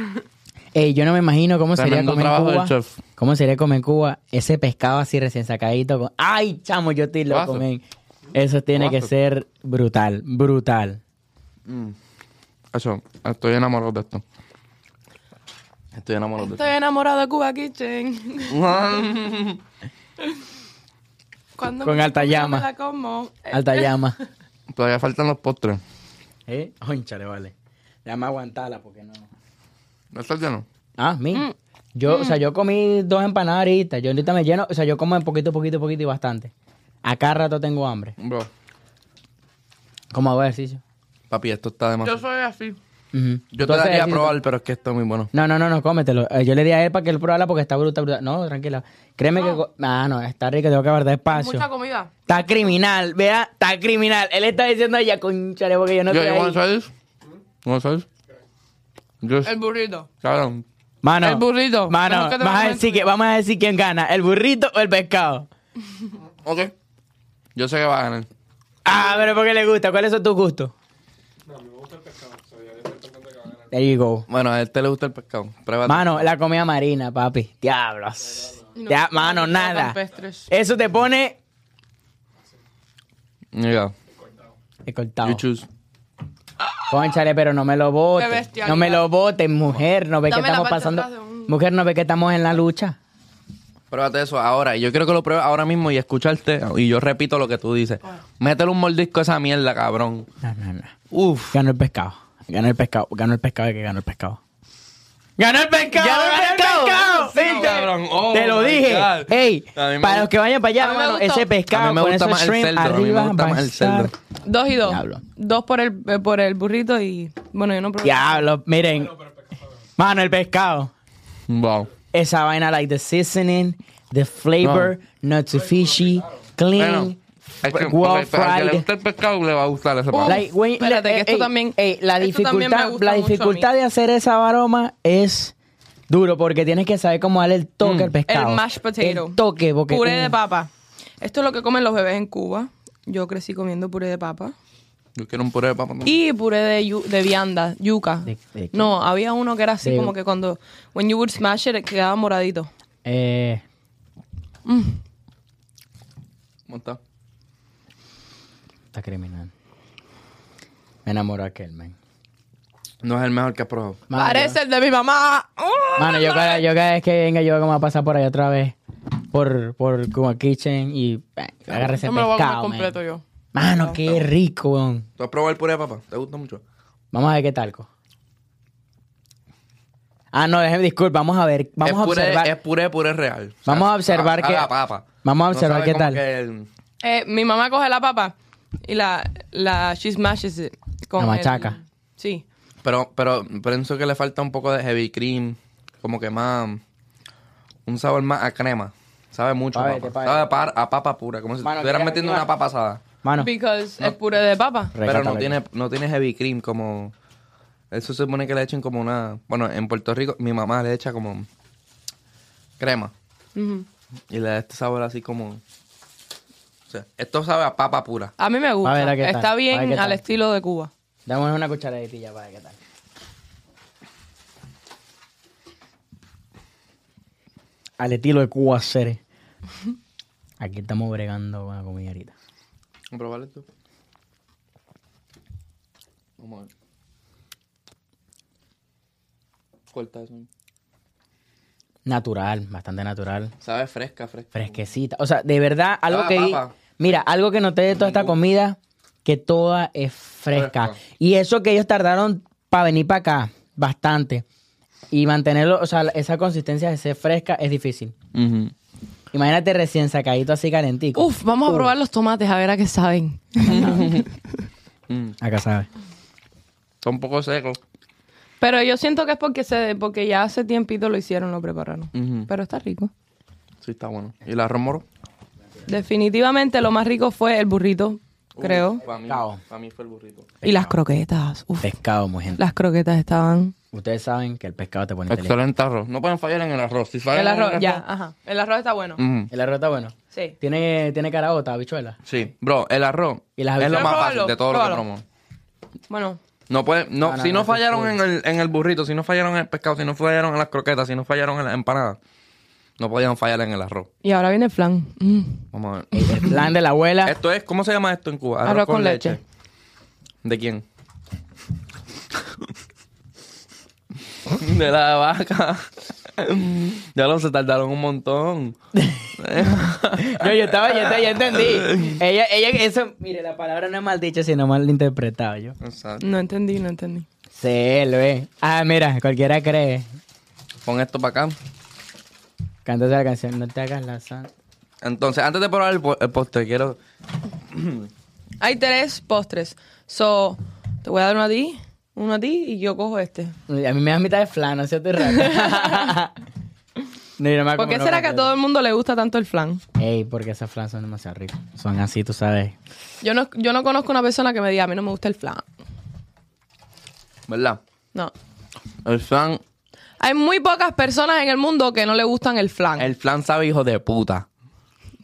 Ey, yo no me imagino cómo sería
Tremendo
comer en
trabajo del
Cuba.
chef.
¿Cómo sería comer en Cuba ese pescado así recién sacadito? Con... ¡Ay, chamo! Yo estoy loco,
Guaso.
men. Eso tiene que
Guaso.
ser brutal, brutal.
Mm. eso, estoy enamorado de esto. Estoy enamorado de esto.
Estoy enamorado de Cuba Kitchen. Cuando
Con
me
alta
como,
llama.
me la como. Eh,
Alta
<laughs>
llama.
Todavía faltan los postres.
¿Eh? Ónchale, vale. Déjame aguantarla porque no...
¿No está lleno?
Ah, mi.
Mm.
Yo, o sea, yo comí dos empanadas ahorita. Yo ahorita me lleno, o sea, yo como de poquito, poquito, poquito y bastante. Acá rato tengo hambre.
Bro,
Como hago ejercicio.
papi, esto está
Yo
demasiado.
soy así.
Ujú.
Yo te
¿Tú
daría
haces
a
ejercicio?
probar, pero es que esto es muy bueno.
No, no, no, no, cómetelo. Eh, yo le di a él para que él probara porque está bruta, bruta. No, tranquila. Créeme que... co- Ah, no, está rica, tengo que guardar espacio.
Mucha comida.
Está criminal, vea, está criminal. Él está diciendo ya, conchale, porque yo no
Yo,
estoy
yo,
ahí".
¿Cómo sabes? ¿Cómo sabes? Yo,
El burrito.
cabrón.
Mano,
El burrito.
Mano,
Tengo que
vas a
tomar-
decir que, vamos a decir quién gana, el burrito o el pescado.
Ok. Yo sé que va a ganar.
Ah, pero porque le gusta, ¿cuáles son tus gustos? No, me gusta el pescado,
Bueno, a este le gusta el pescado.
There you go.
Pruébate.
Mano, la comida marina, papi. Diablos.
No,
Ya,
no
mano,
son
nada.
campestres.
Eso te pone.
Mira,
He cortado.
you choose.
Conchale, pero no me lo
Qué
votes.
bestialidad.
No me lo votes, mujer. No ve que
Dame la
estamos
parte
pasando.
atrás de un-
Mujer, no ve que estamos en la lucha.
Pruébate eso ahora. Yo quiero que lo pruebes ahora mismo y escucharte. Y yo repito lo que tú dices. Métele un mordisco a esa mierda, cabrón.
No, no, no.
Uf.
Ganó el pescado. Ganó el pescado. Ganó el pescado de que ganó el pescado. ¡Ganó el pescado!
¡Ganó el pescado!
pescado!
Sí, cabrón. Oh,
Te lo
my
dije.
God.
Ey,
A mí me
para los
gusta-
que vayan para
A
allá,
mí me
hermano,
gusta-
ese
A
pescado
mí me
con
gusta
esos
más el
shrimp
cerdo, a mí me
arriba
gusta
va
más
a
el cerdo.
estar...
Dos y dos.
Diablo.
Dos por el, eh, por el burrito y. Bueno, yo no probé.
Diablo, miren. Mano, el pescado.
Wow.
Esa vaina, like the seasoning, the flavor, not too fishy,
Bueno,
clean,
es que,
well
ok, al que le
fried.
gusta el pescado le va a gustar ese
Uh,
pan.
Like, when-
Espérate,
la- eh,
que esto
ey,
también-
ey, la
esto también me
dificultad,
gusta
la
mucho a mí.
dificultad de hacer esa aroma es duro porque tienes que saber cómo darle el toque al pescado.
El mashed potato.
El toque, porque.
Puré de
uh,
papa. Esto es lo que comen los bebés en Cuba. Yo crecí comiendo puré de papa.
Yo quiero un puré de papa. también.
Y puré de, yu- de vianda, yuca.
De- de-
no, había uno que era así
de-
como que cuando. When you would smash it, quedaba moradito.
eh,
¿Cómo está?
está criminal. Me enamoró aquel, man.
No es el mejor que has probado.
Mano,
Parece el de mi mamá.
yo-
¡Oh!
Mano, yo cada, yo cada vez que venga, yo como a pasar por ahí otra vez. Por, por Cuba Kitchen y eh, agarre ese
Yo me lo voy a comer
pescado. man.
completo yo.
Mano, qué rico, weón.
¿Tú has probado el puré de papa? ¿Te gusta mucho?
Vamos a ver qué tal. co. Ah, no, déjeme, disculpa, vamos a ver, vamos
es
a
puré,
observar.
Es puré, puré real. O sea,
Vamos a observar
a- a
que-
la papa.
vamos a observar
sabe
qué
como
tal.
que el-
Eh, mi mamá coge la papa y la, la she smashes it con
La
el-
machaca.
sí.
Pero, pero pienso que le falta un poco de heavy cream, como que más, un sabor más a crema. Sabe mucho a
Pavete,
papa.
pavete.
Sabe a, par- a papa pura, como si
Mano,
estuvieran
mira,
metiendo
mira.
una papa asada.
Mano,
Because es puré de papa.
Pero
recátalo
no
aquí.
tiene, no tiene heavy cream como... Eso se supone que le echen como una... Bueno, en Puerto Rico mi mamá le echa como crema.
Ujú.
Y le da este sabor así como... O sea, esto sabe a papa pura.
A mí me
A ver,
gusta.
¿a qué tal?
Está
A ver,
bien
¿qué tal?
al estilo de Cuba.
Damos una cucharadita para ver qué tal. Al estilo de Cuba Series.
<laughs>
Aquí estamos bregando con la comida ahorita.
Vamos a probarlo tú. Vamos a ver. Corta eso.
Natural, bastante natural.
Sabe fresca, fresca.
Fresquecita. O sea, de verdad, algo
Ah,
que. vi-
papa.
Mira, algo que noté de toda esta comida, que toda es fresca.
Fresca.
Y eso que ellos tardaron para venir para acá, bastante. Y mantenerlo, o sea, esa consistencia de ser fresca es difícil. Imagínate recién sacadito así calentico.
Uf, vamos a probar los tomates a ver a qué saben.
Mm.
Acá sabe.
Está un poco seco.
<laughs> Pero yo siento que es porque se, porque ya hace tiempito lo hicieron, lo prepararon.
Ujú.
Pero está rico.
Sí, está bueno. ¿Y la romoro?
Definitivamente lo más rico fue el burrito, Uh, creo.
Para mí,
Cao.
pa' mí fue el burrito.
Y las croquetas. Uf,
Pescado, muy gente.
las croquetas estaban.
Ustedes saben que el pescado te pone inteligente.
Excelente arroz. No pueden fallar en el arroz. Si
El
fallan en
arroz, ya, ajá. El arroz está bueno.
Ujú.
El arroz está bueno.
Sí.
Tiene, tiene caraota, habichuela.
Sí, bro, el arroz
Y las
es lo
habichuelas.
más
Róbalo,
fácil de todo lo que
róbalo.
probamos.
Bueno,
No puede, no,
Ah, no,
si no,
no,
fallaron
pues,
en el, en el burrito, si no fallaron en el pescado, si no fallaron en las croquetas, si no fallaron en las empanadas, no podían fallar en el arroz.
y ahora viene el flan. Mm.
Vamos a ver.
El el plan de la abuela.
Esto es, ¿cómo se llama esto en Cuba?
Arroz con leche.
¿De quién? De la vaca. ya lo se tardaron un montón. Este.
No, yo estaba, yo, estaba- yo entendí. Ella, ella, eso, mire, la palabra no es mal dicha, sino mal interpretada yo.
Exacto.
No entendí, no entendí.
Sí, lo es. Ah, mira, cualquiera cree.
Pon esto para acá.
Cántase la canción, no te hagas la san.
Entonces, antes de probar el, po- el postre, quiero.
Hay tres postres. So, te voy a dar uno a ti, uno a ti y yo cojo este.
A mí me das mitad de flan, no seas
<laughs>
terraca. no, yo no me
¿Por qué
Ah,
será
como loco,
que a
pero-
todo el mundo le gusta tanto el flan?
Ey, porque esas flan son demasiado ricas. Son así, tú sabes.
Yo no, yo no conozco una persona que me diga, a mí no me gusta el flan.
¿Verdad?
No.
El flan,
Hay muy pocas personas en el mundo que no le gustan el flan.
el flan sabe hijo de puta.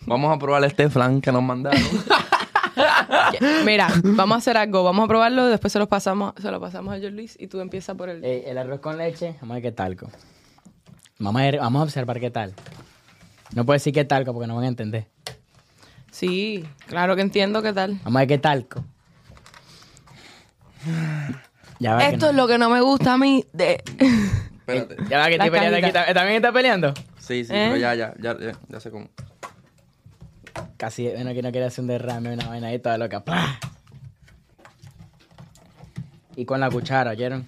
Vamos a probar este flan que nos mandaron.
Mira, vamos a hacer algo, vamos a probarlo, después se los pasamos, se lo pasamos a John Luis y tú empiezas por el.
Ey, el arroz con leche, vamos a ver qué talco. Vamos a, ver- vamos a observar qué tal. No puedo decir qué talco porque no van a entender.
Sí, claro que entiendo qué tal.
Vamos a ver qué talco. Ya va
Esto es lo que no me gusta a mí de.
<laughs> Espérate.
que, ya va que
La
estoy peleando aquí.
cajita.
¿Tam- ¿También está peleando?
Sí, sí,
¿Eh?
pero ya, ya, ya, ya, ya sé cómo.
Casi, bueno, que no quería hacer un derrame, una vaina ahí toda loca. ¡Plah! Y con la cuchara, ¿oyeron?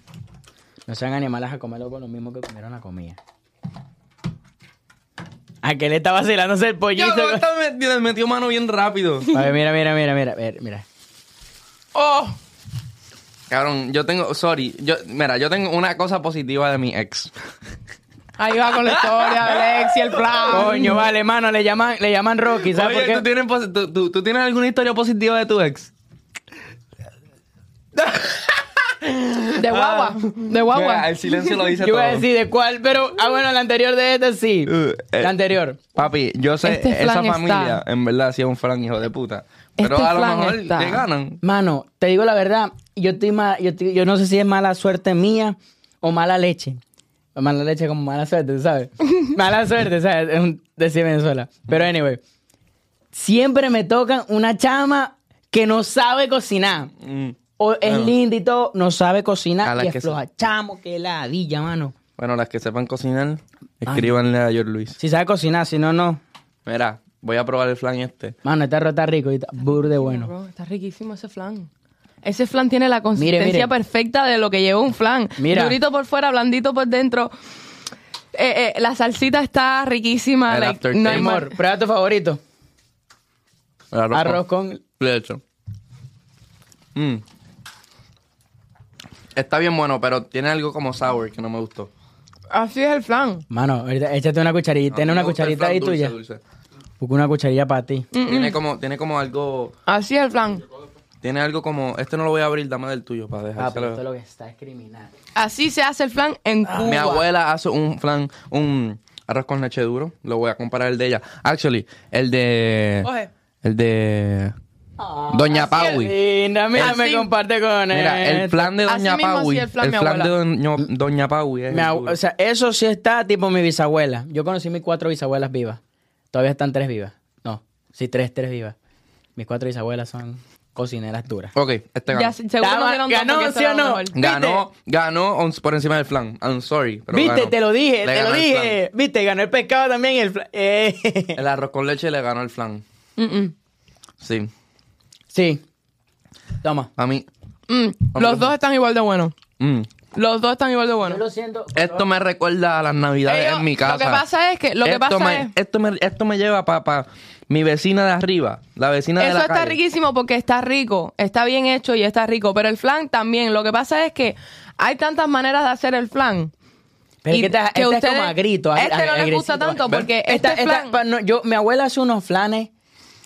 No sean animales a comerlo con lo mismo que comieron la comida. ¿A qué le está vacilándose el pollito?
Ya, bro, esta met- le metió mano bien rápido.
A ver, mira, mira, mira, mira, ver, mira.
¡Oh!
Cabrón, yo tengo, sorry, yo, mira, yo tengo una cosa positiva de mi ex.
Ahí va con la historia, Alex y el flan.
Coño, vale, mano, le llaman, le llaman Rocky, ¿sabes
Oye, ¿tú
por qué?
tienes, posi- tú- tú- tú tienes alguna historia positiva de tu ex?
De guagua, de
Mira,
guagua.
el silencio lo <laughs> dice
Yo iba a
todo.
decir de cuál, pero. Ah, bueno, la anterior de este sí.
Uh, eh.
La anterior.
Papi, yo sé,
Este
esa
flan está-
familia, en verdad, sí es un flan hijo de puta. Pero
Este
a lo
flan
mejor
está-
le ganan.
Mano, te digo la verdad, yo estoy ma- yo, estoy- yo no sé si es mala suerte mía o mala leche. O mala leche como mala suerte, tú ¿sabes? mala suerte, ¿sabes? Es un decir Venezuela. Pero anyway, siempre me tocan una chama que no sabe cocinar.
Mm.
O es
Claro.
linda y todo, no sabe
A
cocinar
la
y
que
es floja. Chamo, que ladilla, mano.
Bueno, las que sepan cocinar, escríbanle a George Luis.
Si sabe cocinar, si no, no.
Mira, voy a probar el flan este.
Mano, este arroz está rico y está burde bueno.
Bro, está riquísimo ese flan. Ese flan tiene la consistencia
mire.
perfecta de lo que lleva un flan.
Mira.
Durito por fuera, blandito por dentro. Eh, eh, la salsita está riquísima.
El
like,
aftertaste.
no hay
Amor,
mal.
prueba tu favorito.
El arroz,
Arroz
con
con...
leche. Mm. Está bien bueno, pero tiene algo como sour que no me gustó.
Así es el flan.
Mano, ahorita échate una cucharita. Ten
A mí
una
me gusta el
cucharita
flan
ahí
dulce,
tuya.
dulce.
Busca una cucharilla para ti.
Tiene como, tiene como algo,
Así es el flan.
tiene algo como, este no lo voy a abrir, dame del tuyo para
Ah, pero
dejárselo.
esto lo que está es criminal.
Así se hace el flan en
Ah,
Cuba.
Mi abuela hace un flan, un arroz con leche duro. Lo voy a comparar el de ella. Actually, el de.
Oye.
El de. Doña Paui.
Linda, mira,
El-
me
sí.
comparte con
Mira,
él.
el plan de
Eh, Así
Doña
mismo
Paui.
hacía
El
el flan
plan
mi abuela.
de Doña, Doña Paui. es
Mi
el
abue-
duro.
o sea, eso sí está tipo mi bisabuela. Yo conocí mis cuatro bisabuelas vivas. Todavía están tres vivas. No, sí, tres, tres vivas. Mis cuatro bisabuelas son cocineras duras.
ok, este ganó.
Ya, se- seguro
Estaba-
no dieron dos
ganó,
porque eso
¿sí o
era lo
no?
mejor.
Ganó, ganó on- por encima del flan. I'm sorry. pero
Viste,
ganó.
te lo dije,
Le
te lo
ganó el
dije. Viste, ganó el pescado también y el fla- eh.
flan. <laughs> El arroz con leche le ganó el flan.
Mm,
Sí.
Sí. Toma.
A mí.
mm, mm. Los dos están igual de buenos.
mm,
Los dos están igual de
Yo
buenos.
lo siento.
Esto me recuerda a las navidades
Ellos-
en mi casa.
Lo que pasa es que, lo que
esto,
pasa
me,
es,
esto, me, esto me lleva para mi vecina de arriba, la vecina de
Eso
la
está
calle.
riquísimo porque está rico, está bien hecho y está rico. Pero el flan también, lo que pasa es que hay tantas maneras de hacer el flan.
Pero
Y
que esta,
que
esta
ustedes-
es como a grito. a-
este
a-
no les
agresito.
gusta tanto
¿Ven?
porque
Esta-
este
esta-
flan-
pa- no, yo, mi abuela hace unos flanes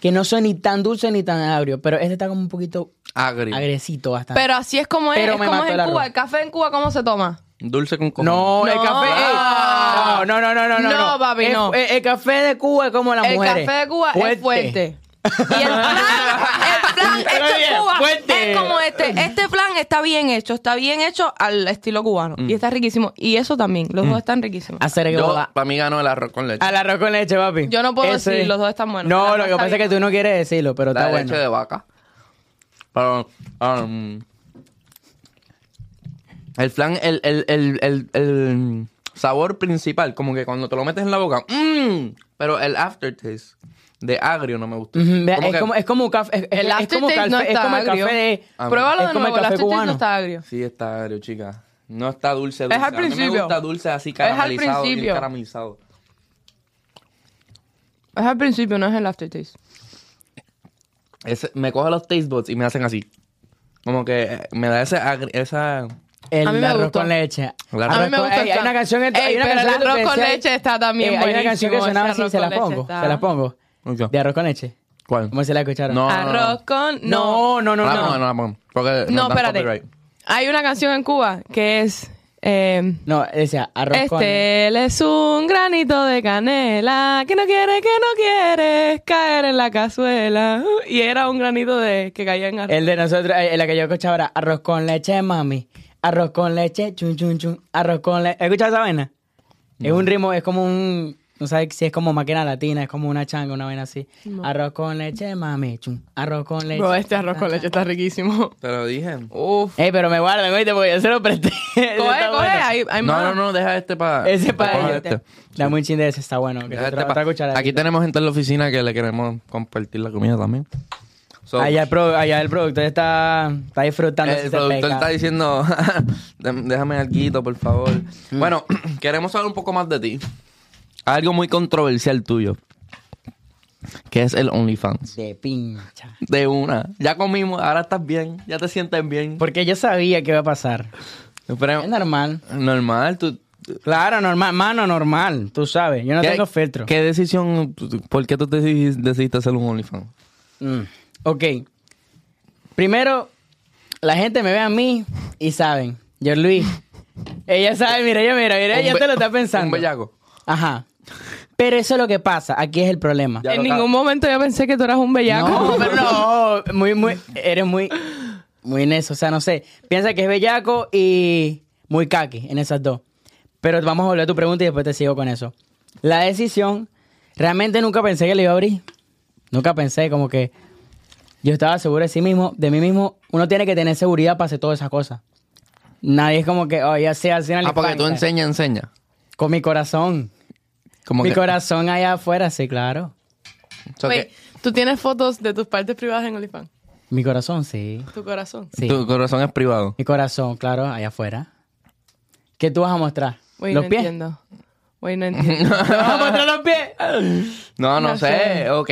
que no son ni tan dulces ni tan agrios, pero este está como un poquito
Agrio.
agresito bastante.
pero así es como es,
Pero
es
me
como
mató
es en
el arroz.
Cuba. El café en Cuba, ¿cómo se toma?
Dulce con cojones.
no, el
No. Ah.
café. ey, no, no, no, no, no.
No, papi,
El-
no.
El, el café de Cuba es como las
el
mujeres.
café de Cuba es fuerte.
<laughs>
Y el plan, el plan
Muy
hecho en
bien,
Cuba
fuerte.
es como este. Este plan está bien hecho, está bien hecho al estilo cubano.
Mm.
Y está riquísimo. Y eso también, los dos están riquísimos.
Hacer que
Yo,
boda.
para mí ganó el arroz con leche.
Al arroz con leche, papi.
Yo no puedo
Ese-
decir, los dos están buenos. El
No,
arroz
lo que
está
pasa es que
bien.
tú no quieres decirlo, pero
la
está
leche
bueno.
de vaca. Pero, um, el flan, el, el, el, el, el sabor principal, como que cuando te lo metes en la boca, ¡mmm! pero el aftertaste de agrio no me gusta.
Ujú, vea,
Como
es,
que-
como, es como un café. Es,
El
es- es como,
aftertaste
café-
no
es
está
como el
agrio.
café de.
Ah,
Pruébalo
es
de
como
nuevo,
el
el
café
aftertaste
cubano.
no está agrio.
Sí, está agrio, chica. No está dulce, dulce.
Es al
A mí me
principio.
gusta dulce así
Es al
caramelizado. bien
principio.
caramelizado.
Es al principio, no es el aftertaste.
Ese- me coge los taste buds y me hacen así. Como que eh, me da ese agri- esa...
El
A mí me
arroz
gustó.
con leche.
El
A mí me
Arroz con-
gusta
Ey,
el
hay
flan.
una canción. en-
Ey,
hay una
pero
canción
el arroz
que
con
decía-
leche está también
Ey, Hay una canción que
buenísimo,
sonaba
ese
así,
arroz
se la
con leche
pongo.
está-
Se la pongo.
Ok.
De arroz con leche.
¿Cuál? Ah,
¿Cómo se la escucharon?
No, no, no.
Arroz con...
No, no, no,
la
Ah, no.
pongo,
No,
la pongo. Porque
No,
nos dan
espérate.
copyright.
Hay una canción en Cuba que es... eh,
decía arroz con
Este él es un granito de canela que no quiere, que no quiere caer en la cazuela. Uh, Y era un granito de que caía en arroz.
El de nosotros, eh, la que yo escuchaba era arroz con leche, mami. Arroz con leche, chun, chun, chun. Arroz con leche. ¿Has escuchado esa vaina? Es un ritmo, es como un. No sabes si es como máquina latina, es como una changa, una vaina así. Arroz con leche, mami, chun. Arroz con leche.
Bro, este arroz con leche está riquísimo.
Te lo dije.
Uf.
Ey, pero me guardan, oíste, porque yo se lo presté. <laughs> Ese
Coge,
está
coge,
bueno.
hay, hay
no,
más.
no, no, deja este para.
Ese para
Deja
este. Dame un chin de ese, está bueno. que
Deja
otra-
este pa-
otra cucharadita.
Aquí tenemos gente en la oficina que le queremos compartir la comida también. So,
Allá el, pro- allá el productor está, está disfrutando.
el
ese
productor
pescado.
está diciendo, <laughs> "Dé- déjame algo, por favor.
Mm.
Bueno, <clears throat> queremos saber un poco más de ti. Algo muy controversial tuyo, que es el OnlyFans.
De pincha.
De una. Ya comimos, ahora estás bien, ya te sientes bien.
Porque yo sabía que iba a pasar.
Pero-
Es normal.
normal, tú...
Claro, normal, mano, normal, tú sabes, yo no
¿qué-
tengo filtro.
¿Qué decisión, por qué tú decidiste decidiste hacer un OnlyFans?
Mm, Ok, primero, la gente me ve a mí y saben, yo Luis, ella sabe, mira, ella mira, mira,
Un
ella
be-
te lo está pensando.
Un bellaco.
Ajá, pero eso es lo que pasa, aquí es el problema.
Ya
en
lo
ningún
acabo.
momento yo pensé que tú eras un bellaco.
No, pero no, muy, muy, eres muy, muy en eso, o sea, no sé, piensa que es bellaco y muy kaki, en esas dos. Pero vamos a volver a tu pregunta y después te sigo con eso. La decisión, realmente nunca pensé que le iba a abrir. Nunca pensé, como que yo estaba seguro de sí mismo, de mí mismo. Uno tiene que tener seguridad para hacer todas esas cosas. Nadie es como que, oh, ya sé, al final.
Ah, porque tú
hispánica".
enseña, enseña.
Con mi corazón.
Como
mi
que-
corazón allá afuera, sí, claro.
o sea,
Wait,
que
¿Tú tienes fotos de tus partes privadas en OnlyFans?
Mi corazón, sí.
Tu corazón.
sí.
Tu corazón es privado.
Mi corazón, claro, allá afuera. ¿Qué tú vas a mostrar?
Güey,
¿Los
no
pies? <laughs>
entiendo. Güey, no entiendo.
¿Me vas a mostrar los pies?
No, no,
No
sé.
sé.
Ok.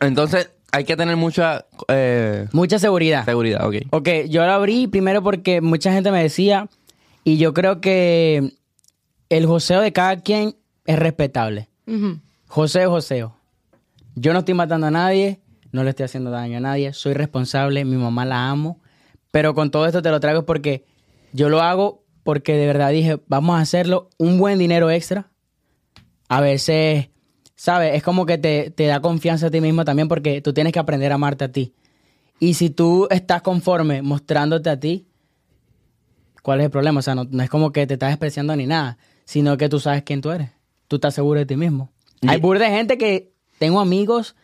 Entonces, hay que tener mucha eh,
Mucha seguridad.
seguridad, ok.
Ok, yo lo abrí primero porque mucha gente me decía, y yo creo que el joseo de cada quien es respetable.
Ujú.
Joseo, joseo. Yo no estoy matando a nadie, no le estoy haciendo daño a nadie, soy responsable, mi mamá la amo, pero con todo esto te lo traigo porque yo lo hago porque de verdad dije, vamos a hacerlo un buen dinero extra. A veces, ¿sabes? Es como que te, te da confianza a ti mismo también porque tú tienes que aprender a amarte a ti. Y si tú estás conforme mostrándote a ti, ¿cuál es el problema? O sea, no, no es como que te estás despreciando ni nada, sino que tú sabes quién tú eres. Tú estás seguro de ti mismo. Hay burda de gente que tengo amigos,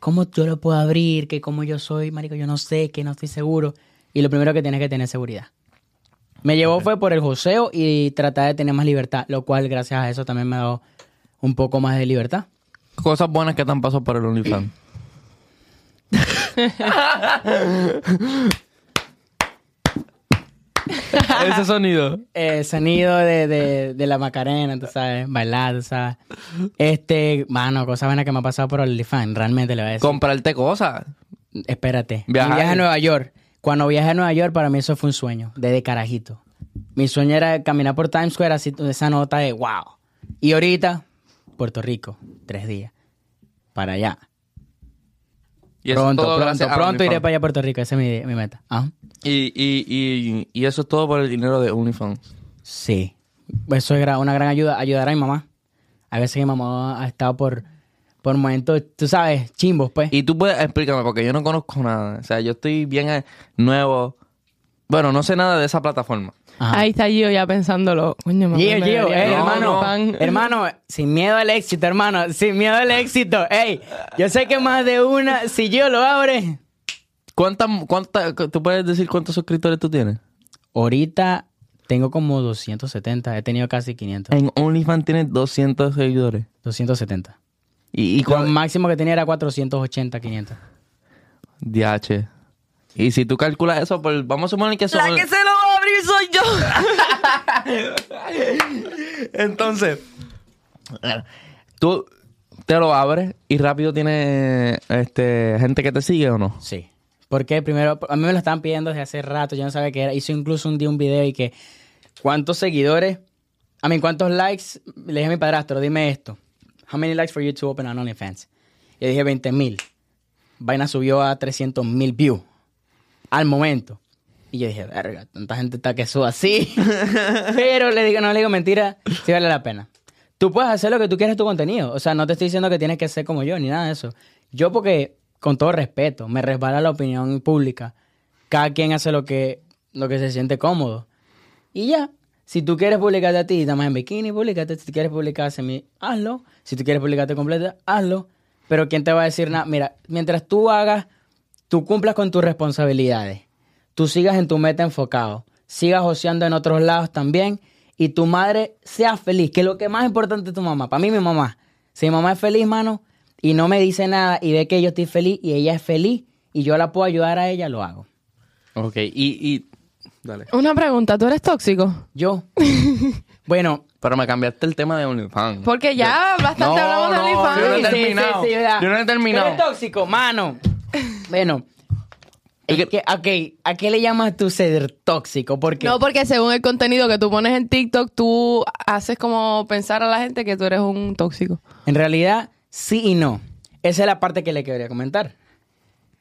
¿cómo yo lo puedo abrir? Que como yo soy, marico, yo no sé, que no estoy seguro. Y lo primero que tienes que tener es seguridad. Me llevó fue por el joseo y tratar de tener más libertad, lo cual gracias a eso también me ha dado un poco más de libertad.
Cosas buenas que te han pasado por el
<laughs>
OnlyFans. Ese sonido.
Eh, sonido de, de, de la Macarena, tú sabes, bailar, tú sabes. Este, mano, cosa buena que me ha pasado por OnlyFans, realmente le voy a decir.
Comprarte cosas.
Espérate. Mi
Viajar.
viaje a Nueva York. Cuando viajé a Nueva York, para mí eso fue un sueño, desde carajito. Mi sueño era caminar por Times Square así, con esa nota de wow. Y ahorita, Puerto Rico, tres días. Para allá.
Y eso
pronto,
todo
pronto,
gracias a
pronto iré
OnlyFans.
para allá a Puerto Rico. Esa es mi, mi meta. Ah, Ajá.
Y, y, y, y eso es todo por el dinero de OnlyFans.
Sí. Eso es gra- una gran ayuda. Ayudar a mi mamá. A veces mi mamá ha estado por, por momentos, tú sabes, chimbos, pues.
Y tú puedes explícame, porque yo no conozco nada. O sea, yo estoy bien eh, nuevo. Bueno, no sé nada de esa plataforma.
Ajá.
Ahí está Gio ya pensándolo. Coño, mamá,
Gio,
me
Gio,
debería
eh,
abrir
hermano,
OnlyFans.
hermano, sin miedo al éxito, hermano, sin miedo al éxito. Ey, yo sé que más de una, si Gio lo abre.
¿Cuántas, cuánta, cu- ¿Tú puedes decir cuántos suscriptores tú tienes?
Ahorita tengo como 270, he tenido casi 500,
En OnlyFans tienes 200 seguidores.
270.
Y, y
Y lo
con
máximo que tenía era 480, 500.
DH. Y si tú calculas eso, por, vamos a suponer que son...
La que se lo va a abrir soy yo.
<laughs> Entonces, tú te lo abres y rápido tienes este, gente que te sigue o no.
Sí. Porque primero, a mí me lo estaban pidiendo desde hace rato, yo no sabía qué era. Hice incluso un día un video y que, ¿cuántos seguidores? A mí, ¿cuántos likes? Le dije a mi padrastro, dime esto. How many likes for you to open an OnlyFans? Y le dije 20 mil. Vaina subió a 300 mil views. Al momento. Y yo dije, verga, tanta gente está que suba así. Pero le digo, no le digo mentira, sí vale la pena. Tú puedes hacer lo que tú quieras tu contenido. O sea, no te estoy diciendo que tienes que ser como yo, ni nada de eso. Yo porque, con todo respeto, me resbala la opinión pública. Cada quien hace lo que, lo que se siente cómodo. Y ya. Si tú quieres publicarte a ti, nada más en bikini, publicate. Si tú quieres publicarte semi, hazlo. Si tú quieres publicarte completa, hazlo. Pero ¿quién te va a decir nada? Mira, mientras tú hagas, tú cumplas con tus responsabilidades. Tú sigas en tu meta enfocado. Sigas oceando en otros lados también. Y tu madre sea feliz, que es lo que más importante es tu mamá. Para mí, mi mamá. Si mi mamá es feliz, mano, y no me dice nada y ve que yo estoy feliz y ella es feliz y yo la puedo ayudar a ella, lo hago.
Ok, y... y dale.
Una pregunta, ¿tú eres tóxico?
<laughs>
Yo. bueno,
Pero me cambiaste el tema de OnlyFans.
Porque ya bastante
No,
hablamos de
no, yo no he
OnlyFans.
Sí, terminado.
¿verdad?
Yo no he terminado.
Tú eres
<laughs>
tóxico, mano. Bueno. Es que, ok, ¿a qué le llamas tú ser tóxico? Porque
No, porque según el contenido que tú pones en TikTok, tú haces como pensar a la gente que tú eres un tóxico. <laughs>
en realidad, sí y no. Esa es la parte que le quería comentar.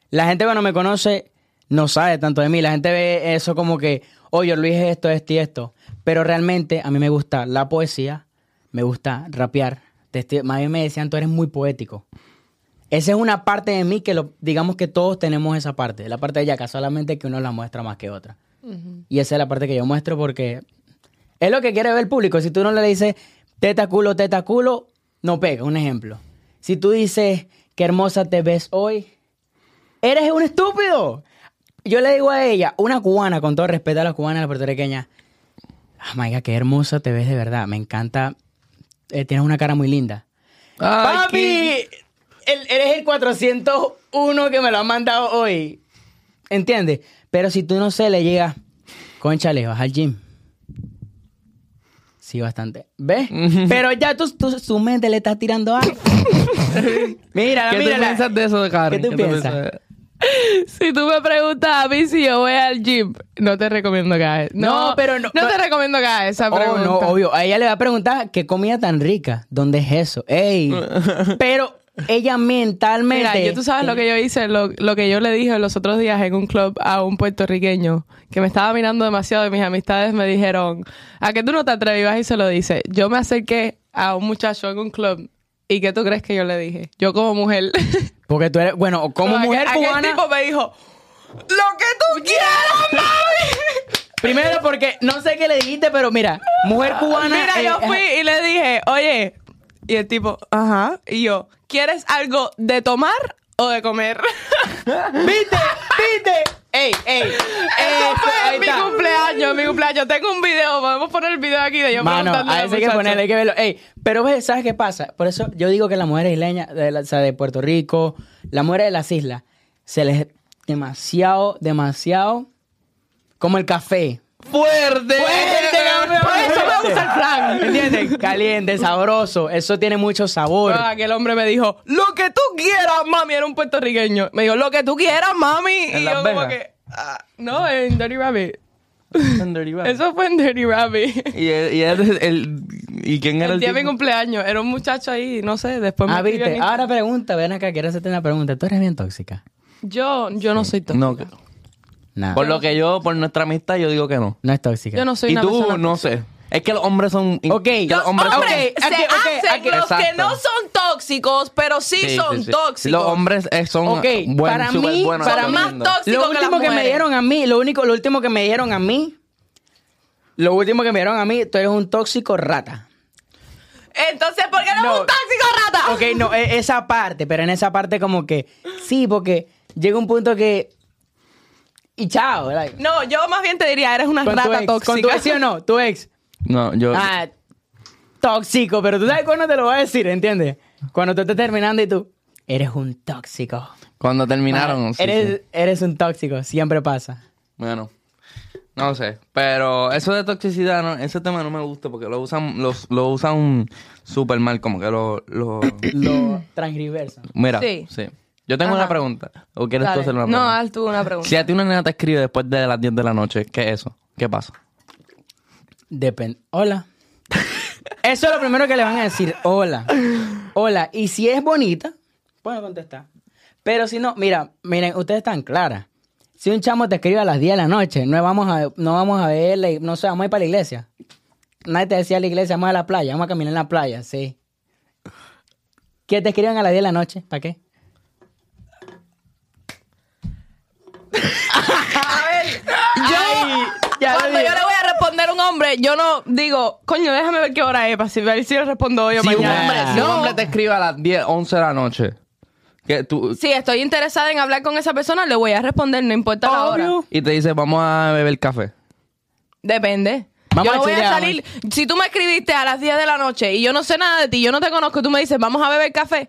La gente cuando me conoce no sabe tanto de mí. La gente ve eso como que, oye, Luis es esto, esto y esto. Pero realmente a mí me gusta la poesía, me gusta rapear. Te estoy- Más bien me decían, tú eres muy poético. Esa es una parte de mí que lo, digamos que todos tenemos esa parte, la parte de Yaka, solamente que uno la muestra más que otra. Y esa es la parte que yo muestro porque es lo que quiere ver el público. Si tú no le dices teta culo, teta culo, no pega, un ejemplo. Si tú dices qué hermosa te ves hoy, eres un estúpido. Yo le digo a ella, una cubana, con todo respeto a las cubanas, a las puertorriqueñas, ah, my God, qué hermosa te ves de verdad, me encanta, Eh, tienes una cara muy linda.
Ay, qué-
¡Papi! el- eres el 401 que me lo han mandado hoy. ¿Entiendes? Pero si tú no se le llegas, conchale, vas al gym. Sí, bastante. ¿Ves? Pero ya tú, tú- su mente le estás
<laughs>
tirando algo. mírala,
¿Qué tú
mírala.
piensas de eso, Karen?
¿Qué tú piensas?
Si tú me preguntas a mí si yo voy al gym, no te recomiendo que hagas. No,
No, pero no-
No te
no-
recomiendo que hagas esa
Oh,
pregunta.
no, obvio. A ella le va a preguntar qué comida tan rica. ¿Dónde es eso?
<laughs>
¡Ey! Pero ella mentalmente.
Mira, yo, tú sabes lo que yo hice, lo, lo que yo le dije los otros días en un club a un puertorriqueño que me estaba mirando demasiado y mis amistades me dijeron, ¿a que tú no te atrevivas y se lo dice? Yo me acerqué a un muchacho en un club y ¿qué tú crees que yo le dije? Yo como mujer. <laughs>
Porque tú eres. Bueno, como
Aquel-
mujer
aquel
cubana.
tipo me dijo, lo que
<laughs>
tú quieras, mami.
Primero porque no sé qué le dijiste, pero mira, mujer cubana.
Ah, Mira,
eh,
yo
ajá.
fui y le dije, oye, y el tipo, ajá, y yo, ¿quieres algo de tomar o de comer? <laughs>
¿Viste? ¿Viste? Ey, ey.
Eso
eso, ahí
fue mi
está.
cumpleaños, mi cumpleaños. Tengo un video, podemos poner el video aquí de yo
Mano,
preguntando
a eso hay que ponerle, hay que verlo. Ey, pero ves, ¿sabes qué pasa? Por eso yo digo que las mujeres isleñas, de la- o sea, de Puerto Rico, las mujeres de las islas, se les demasiado, demasiado como el café.
¡Fuerte!
¡Fuerte, campeón!
Por eso me gusta el plan.
<laughs> ¿Entiendes? Caliente, sabroso. Eso tiene mucho sabor.
Bueno, aquel Ah, hombre me dijo, lo que tú quieras, mami. Era un puertorriqueño. Me dijo, lo que tú quieras, mami.
¿En
y
Las
yo como
Vegas?
que, "Ah, no, en Dirty Rabbit.
En Dirty
<laughs>
Bag.
Eso fue en Dirty Rabbit.
Y, él- y, él- el- ¿y quién era
El
el,
día de mi
tipo?
cumpleaños. Era un muchacho ahí, no sé, después pues me
ah,
escribió
viste.
en
Ahora pregunta, ven acá, quiero hacerte una pregunta. ¿Tú eres bien tóxica?
Instagram. Yo, yo no soy tóxica.
No, que-
Nada.
por lo que yo, por nuestra amistad, yo digo que no.
No es tóxica.
Yo no soy
y
una
tú,
persona
no sé. Es que los hombres son.
Ok.
que
Los
los hombres son-
Ok,
hombres
se
aquí, ok,
hacen
aquí.
los que
Exacto.
no son tóxicos, pero sí,
Sí, sí,
son
sí.
tóxicos.
Los hombres eh, son
Ok,
buen-
para
súper
mí
buenos
son
haciendo.
más <laughs> tóxicos.
lo
con las
último que me
mujeres.
dieron a mí, lo único, lo último que me dieron a mí, lo último que me dieron a mí, tú eres un tóxico
<laughs>
rata.
Entonces, ¿por qué no,
No.
es un tóxico, rata?
Ok, no, e- esa parte, pero en esa parte como que, sí, porque llega un punto que... Y chao, like,
No, yo más bien te diría, eres una
con tu
rata
ex,
tóxica.
Con tu ex, ¿sí o no? Tu ex.
No, yo.
Ah, tóxico, pero tú sabes cuándo te lo voy a decir, ¿entiendes? Cuando tú estés terminando y tú, eres un tóxico.
Cuando terminaron.
Ah,
sí,
eres,
sí.
eres un tóxico, siempre pasa.
Bueno, no sé. Pero eso de toxicidad, no, ese tema no me gusta porque lo usan los, lo usan súper mal. Como que lo. lo- <clears throat>
Lo transgriversa.
Mira,
Sí.
sí. Yo tengo
Ajá.
una pregunta. ¿O quieres tú
Dale.
hacer una
No,
pregunta?
haz tú una pregunta.
si a ti una nena te escribe después de las 10 de la noche, ¿qué es eso? ¿Qué pasa?
Depende. Hola. Eso es lo primero que le van a decir. Hola. Hola. Y si es bonita, pueden contestar. Pero si no, mira, miren, ustedes están claras. Si un chamo te escribe a las 10 de la noche, no vamos a, no vamos a verle, no sé, vamos a ir para la iglesia. Nadie te decía a la iglesia, vamos a la playa, vamos a caminar en la playa, sí. ¿Qué te escriban a las 10 de la noche? ¿Para qué?
A ver, yo,
Ay, ya lo
cuando yo
dije.
le voy a responder a un hombre, yo no digo, coño, déjame ver qué hora es, para si- ver si le respondo hoy o
Si un,
mañana.
hombre, si un
No.
hombre te escribe a las 10, 11 de la noche, que tú,
Si estoy interesada en hablar con esa persona, le voy a responder, no importa la hora.
Obvio.
y te dice, vamos a beber café.
Depende.
Vamos
yo
a
no voy a
chilear,
salir. Si tú me escribiste a las 10 de la noche y yo no sé nada de ti, yo no te conozco, y tú me dices, vamos a beber café.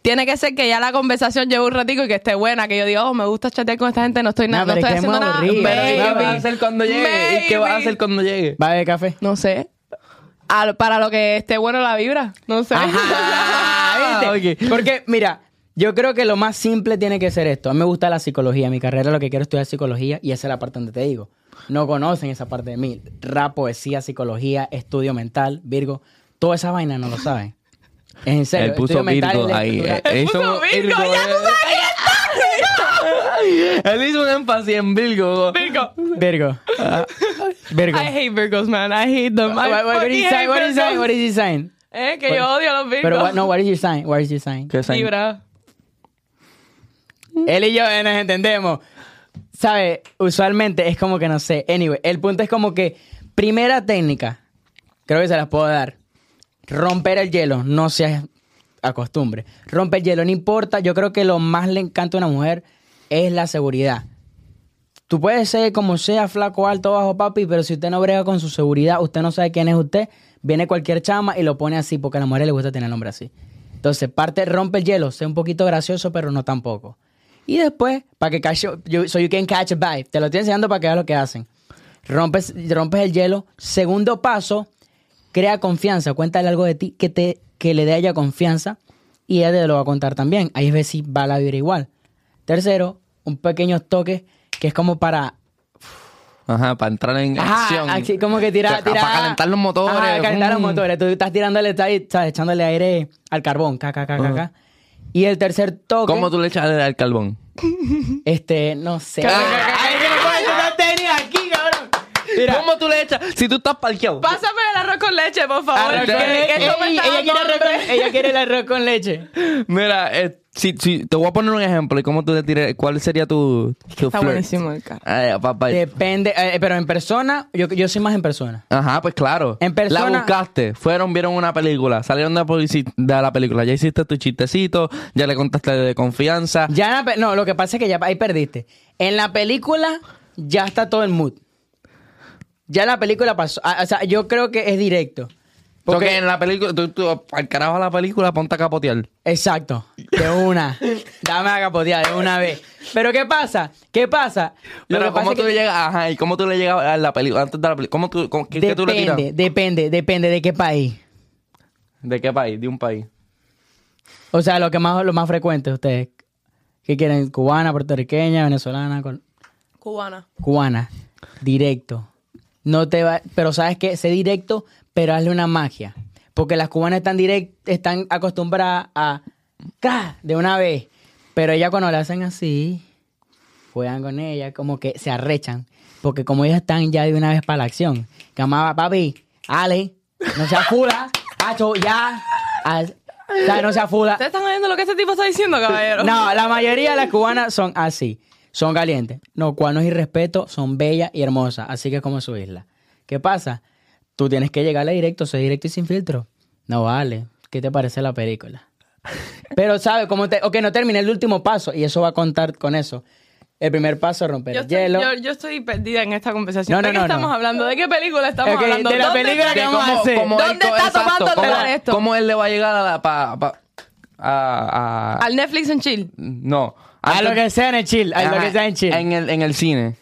Tiene que ser que ya la conversación lleve un ratico y que esté buena, que yo diga, oh, me gusta chatear con esta gente, no estoy nada,
No,
no,
pero
estoy
es que es
haciendo nada.
muy aburrido.
¿Y qué vas
Baby.
a hacer cuando llegue? ¿Y qué vas a
Baby.
hacer cuando llegue?
¿Va a beber café?
No sé. Al- para lo que esté bueno la vibra. No sé. <laughs>
Ajá, ¿viste?
ok.
Porque, mira, yo creo que lo más simple tiene que ser esto. A mí me gusta la psicología. Mi carrera lo que quiero es estudiar psicología y esa es la parte donde te digo. No conocen esa parte de mí. Rap, poesía, psicología, estudio mental, Virgo. Toda esa vaina no lo saben. Es en serio.
Él puso
estudio mental y
Virgo
la
ahí.
escritura.
eh,
Él
hizo
puso
un-
Virgo, ya tú
eh. Él hizo un énfasis en Virgo.
Virgo.
Virgo. Virgo.
I hate Virgos, man. I hate them. I
What- what is
fucking
your sign?
hate
What is your sign?
Virgos.
What is your sign?
Eh, que yo odio a los Virgos.
Pero, what- no, what is your sign? What is your sign?
¿Qué sign?
Libra.
Él y yo eh, nos entendemos. ¿Sabe? Usualmente es como que no sé. Anyway, el punto es como que primera técnica, creo que se las puedo dar. Romper el hielo, no se acostumbre. Romper el hielo, no importa. Yo creo que lo más le encanta a una mujer es la seguridad. Tú puedes ser como sea, flaco, alto, bajo, papi, pero si usted no brega con su seguridad, usted no sabe quién es usted, viene cualquier chama y lo pone así, porque a las mujeres les gusta tener el nombre así. Entonces, parte, rompe el hielo, sé un poquito gracioso, pero no tampoco. Y después, para que catch, you- so you can catch a vibe, te lo estoy enseñando para que veas lo que hacen. Rompes, rompes el hielo. Segundo paso, crea confianza, cuéntale algo de ti que, te, que le dé a ella confianza y ella te lo va a contar también. Ahí ves si va la vibra igual. Tercero, un pequeño toque que es como para...
Ajá, para entrar en
Ajá,
acción.
así como que tirar...
Para- Para calentar los motores.
Ajá, calentar los
Mm.
motores. Tú estás tirándole, estás, estás echándole aire al carbón. Ca, ca, ca, ca, ca. Y el tercer toque...
¿Cómo tú le echas al carbón?
Este, no sé.
Ca, ca, ca, ca,
Ay, que me
<laughs>
cuento, no tenía aquí, cabrón. Mira.
¿Cómo tú le echas? Si tú estás parqueado.
Pásame el arroz con leche, por favor.
Arroz
que-
con leche.
que esto me
Ey,
está
Ella
dando
quiere arroz
hambre.
con- ella quiere el arroz con leche.
Mira, eh, si, si- te voy a poner un ejemplo. ¿Y cómo tú le tiras? ¿Cuál sería tu, tu
Está
flirt? Ah,
buenísimo el carro.
Ay, papá.
Depende, eh, pero en persona, yo, yo soy más en persona.
Ajá, pues claro.
En persona-
La buscaste, fueron, vieron una película, salieron de, la publici- de la película, ya hiciste tu chistecito, ya le contaste de confianza.
Ya en la pe- no, lo que pasa es que ya ahí perdiste. En la película ya está todo el mood. Ya la película pasó. Ah, O sea, yo creo que es directo.
Porque
Porque-
en la película, tú, tú, al carajo la película, ponte a capotear.
Exacto.
<laughs>
De una. Dame la capoteada de una vez. Pero ¿qué pasa? ¿Qué pasa? Lo
Pero
que pasa
¿cómo
es
tú
que-
llegas? Ajá, ¿y cómo tú le llegas a la película? Antes de la película. ¿Cómo tú, cómo- qué, qué tú le tiras?
Depende, depende, depende de qué país.
¿De qué país? De un país.
O sea, lo que más, lo más frecuente ustedes. ¿Qué quieren? Cubana, puertorriqueña, venezolana, col-
Cubana.
cubana. Directo. No te va, pero sabes que sé directo, pero hazle una magia. Porque las cubanas están direct, están acostumbradas a ¡ca! de una vez. Pero ellas cuando le hacen así, juegan con ella, como que se arrechan. Porque como ellas están ya de una vez para la acción. Llamaba, papi, Ale, no se fula, <laughs> hacho, ya. haz- o sea, no se fula.
¿Ustedes están oyendo lo que este tipo está diciendo, caballero?
No, la mayoría de las cubanas son así. Son calientes. No, cual no es irrespeto, son bellas y hermosas. Así que es como su isla. ¿Qué pasa? Tú tienes que llegarle directo, ser directo y sin filtro. No vale. ¿Qué te parece la película? Pero, ¿sabes? Como te... Ok, no terminé el último paso y eso va a contar con eso. El primer paso es romper
Yo
el
estoy,
hielo.
yo, yo estoy perdida en esta conversación.
No, no,
¿De qué
no,
estamos
no.
hablando? ¿De qué película estamos
Ok,
hablando?
de la
¿Dónde
película
está-
que vamos a
cómo-
hacer.
cómo
él
¿Dónde
co-
está
exacto,
tomando el
cómo-
lugar esto?
¿Cómo él le va a llegar a la. Pa, pa- a, a-
Al Netflix en chill.
No.
A
Antes-
lo que sea en el chill. A lo
Ajá,
que sea en chill.
En el, en el cine.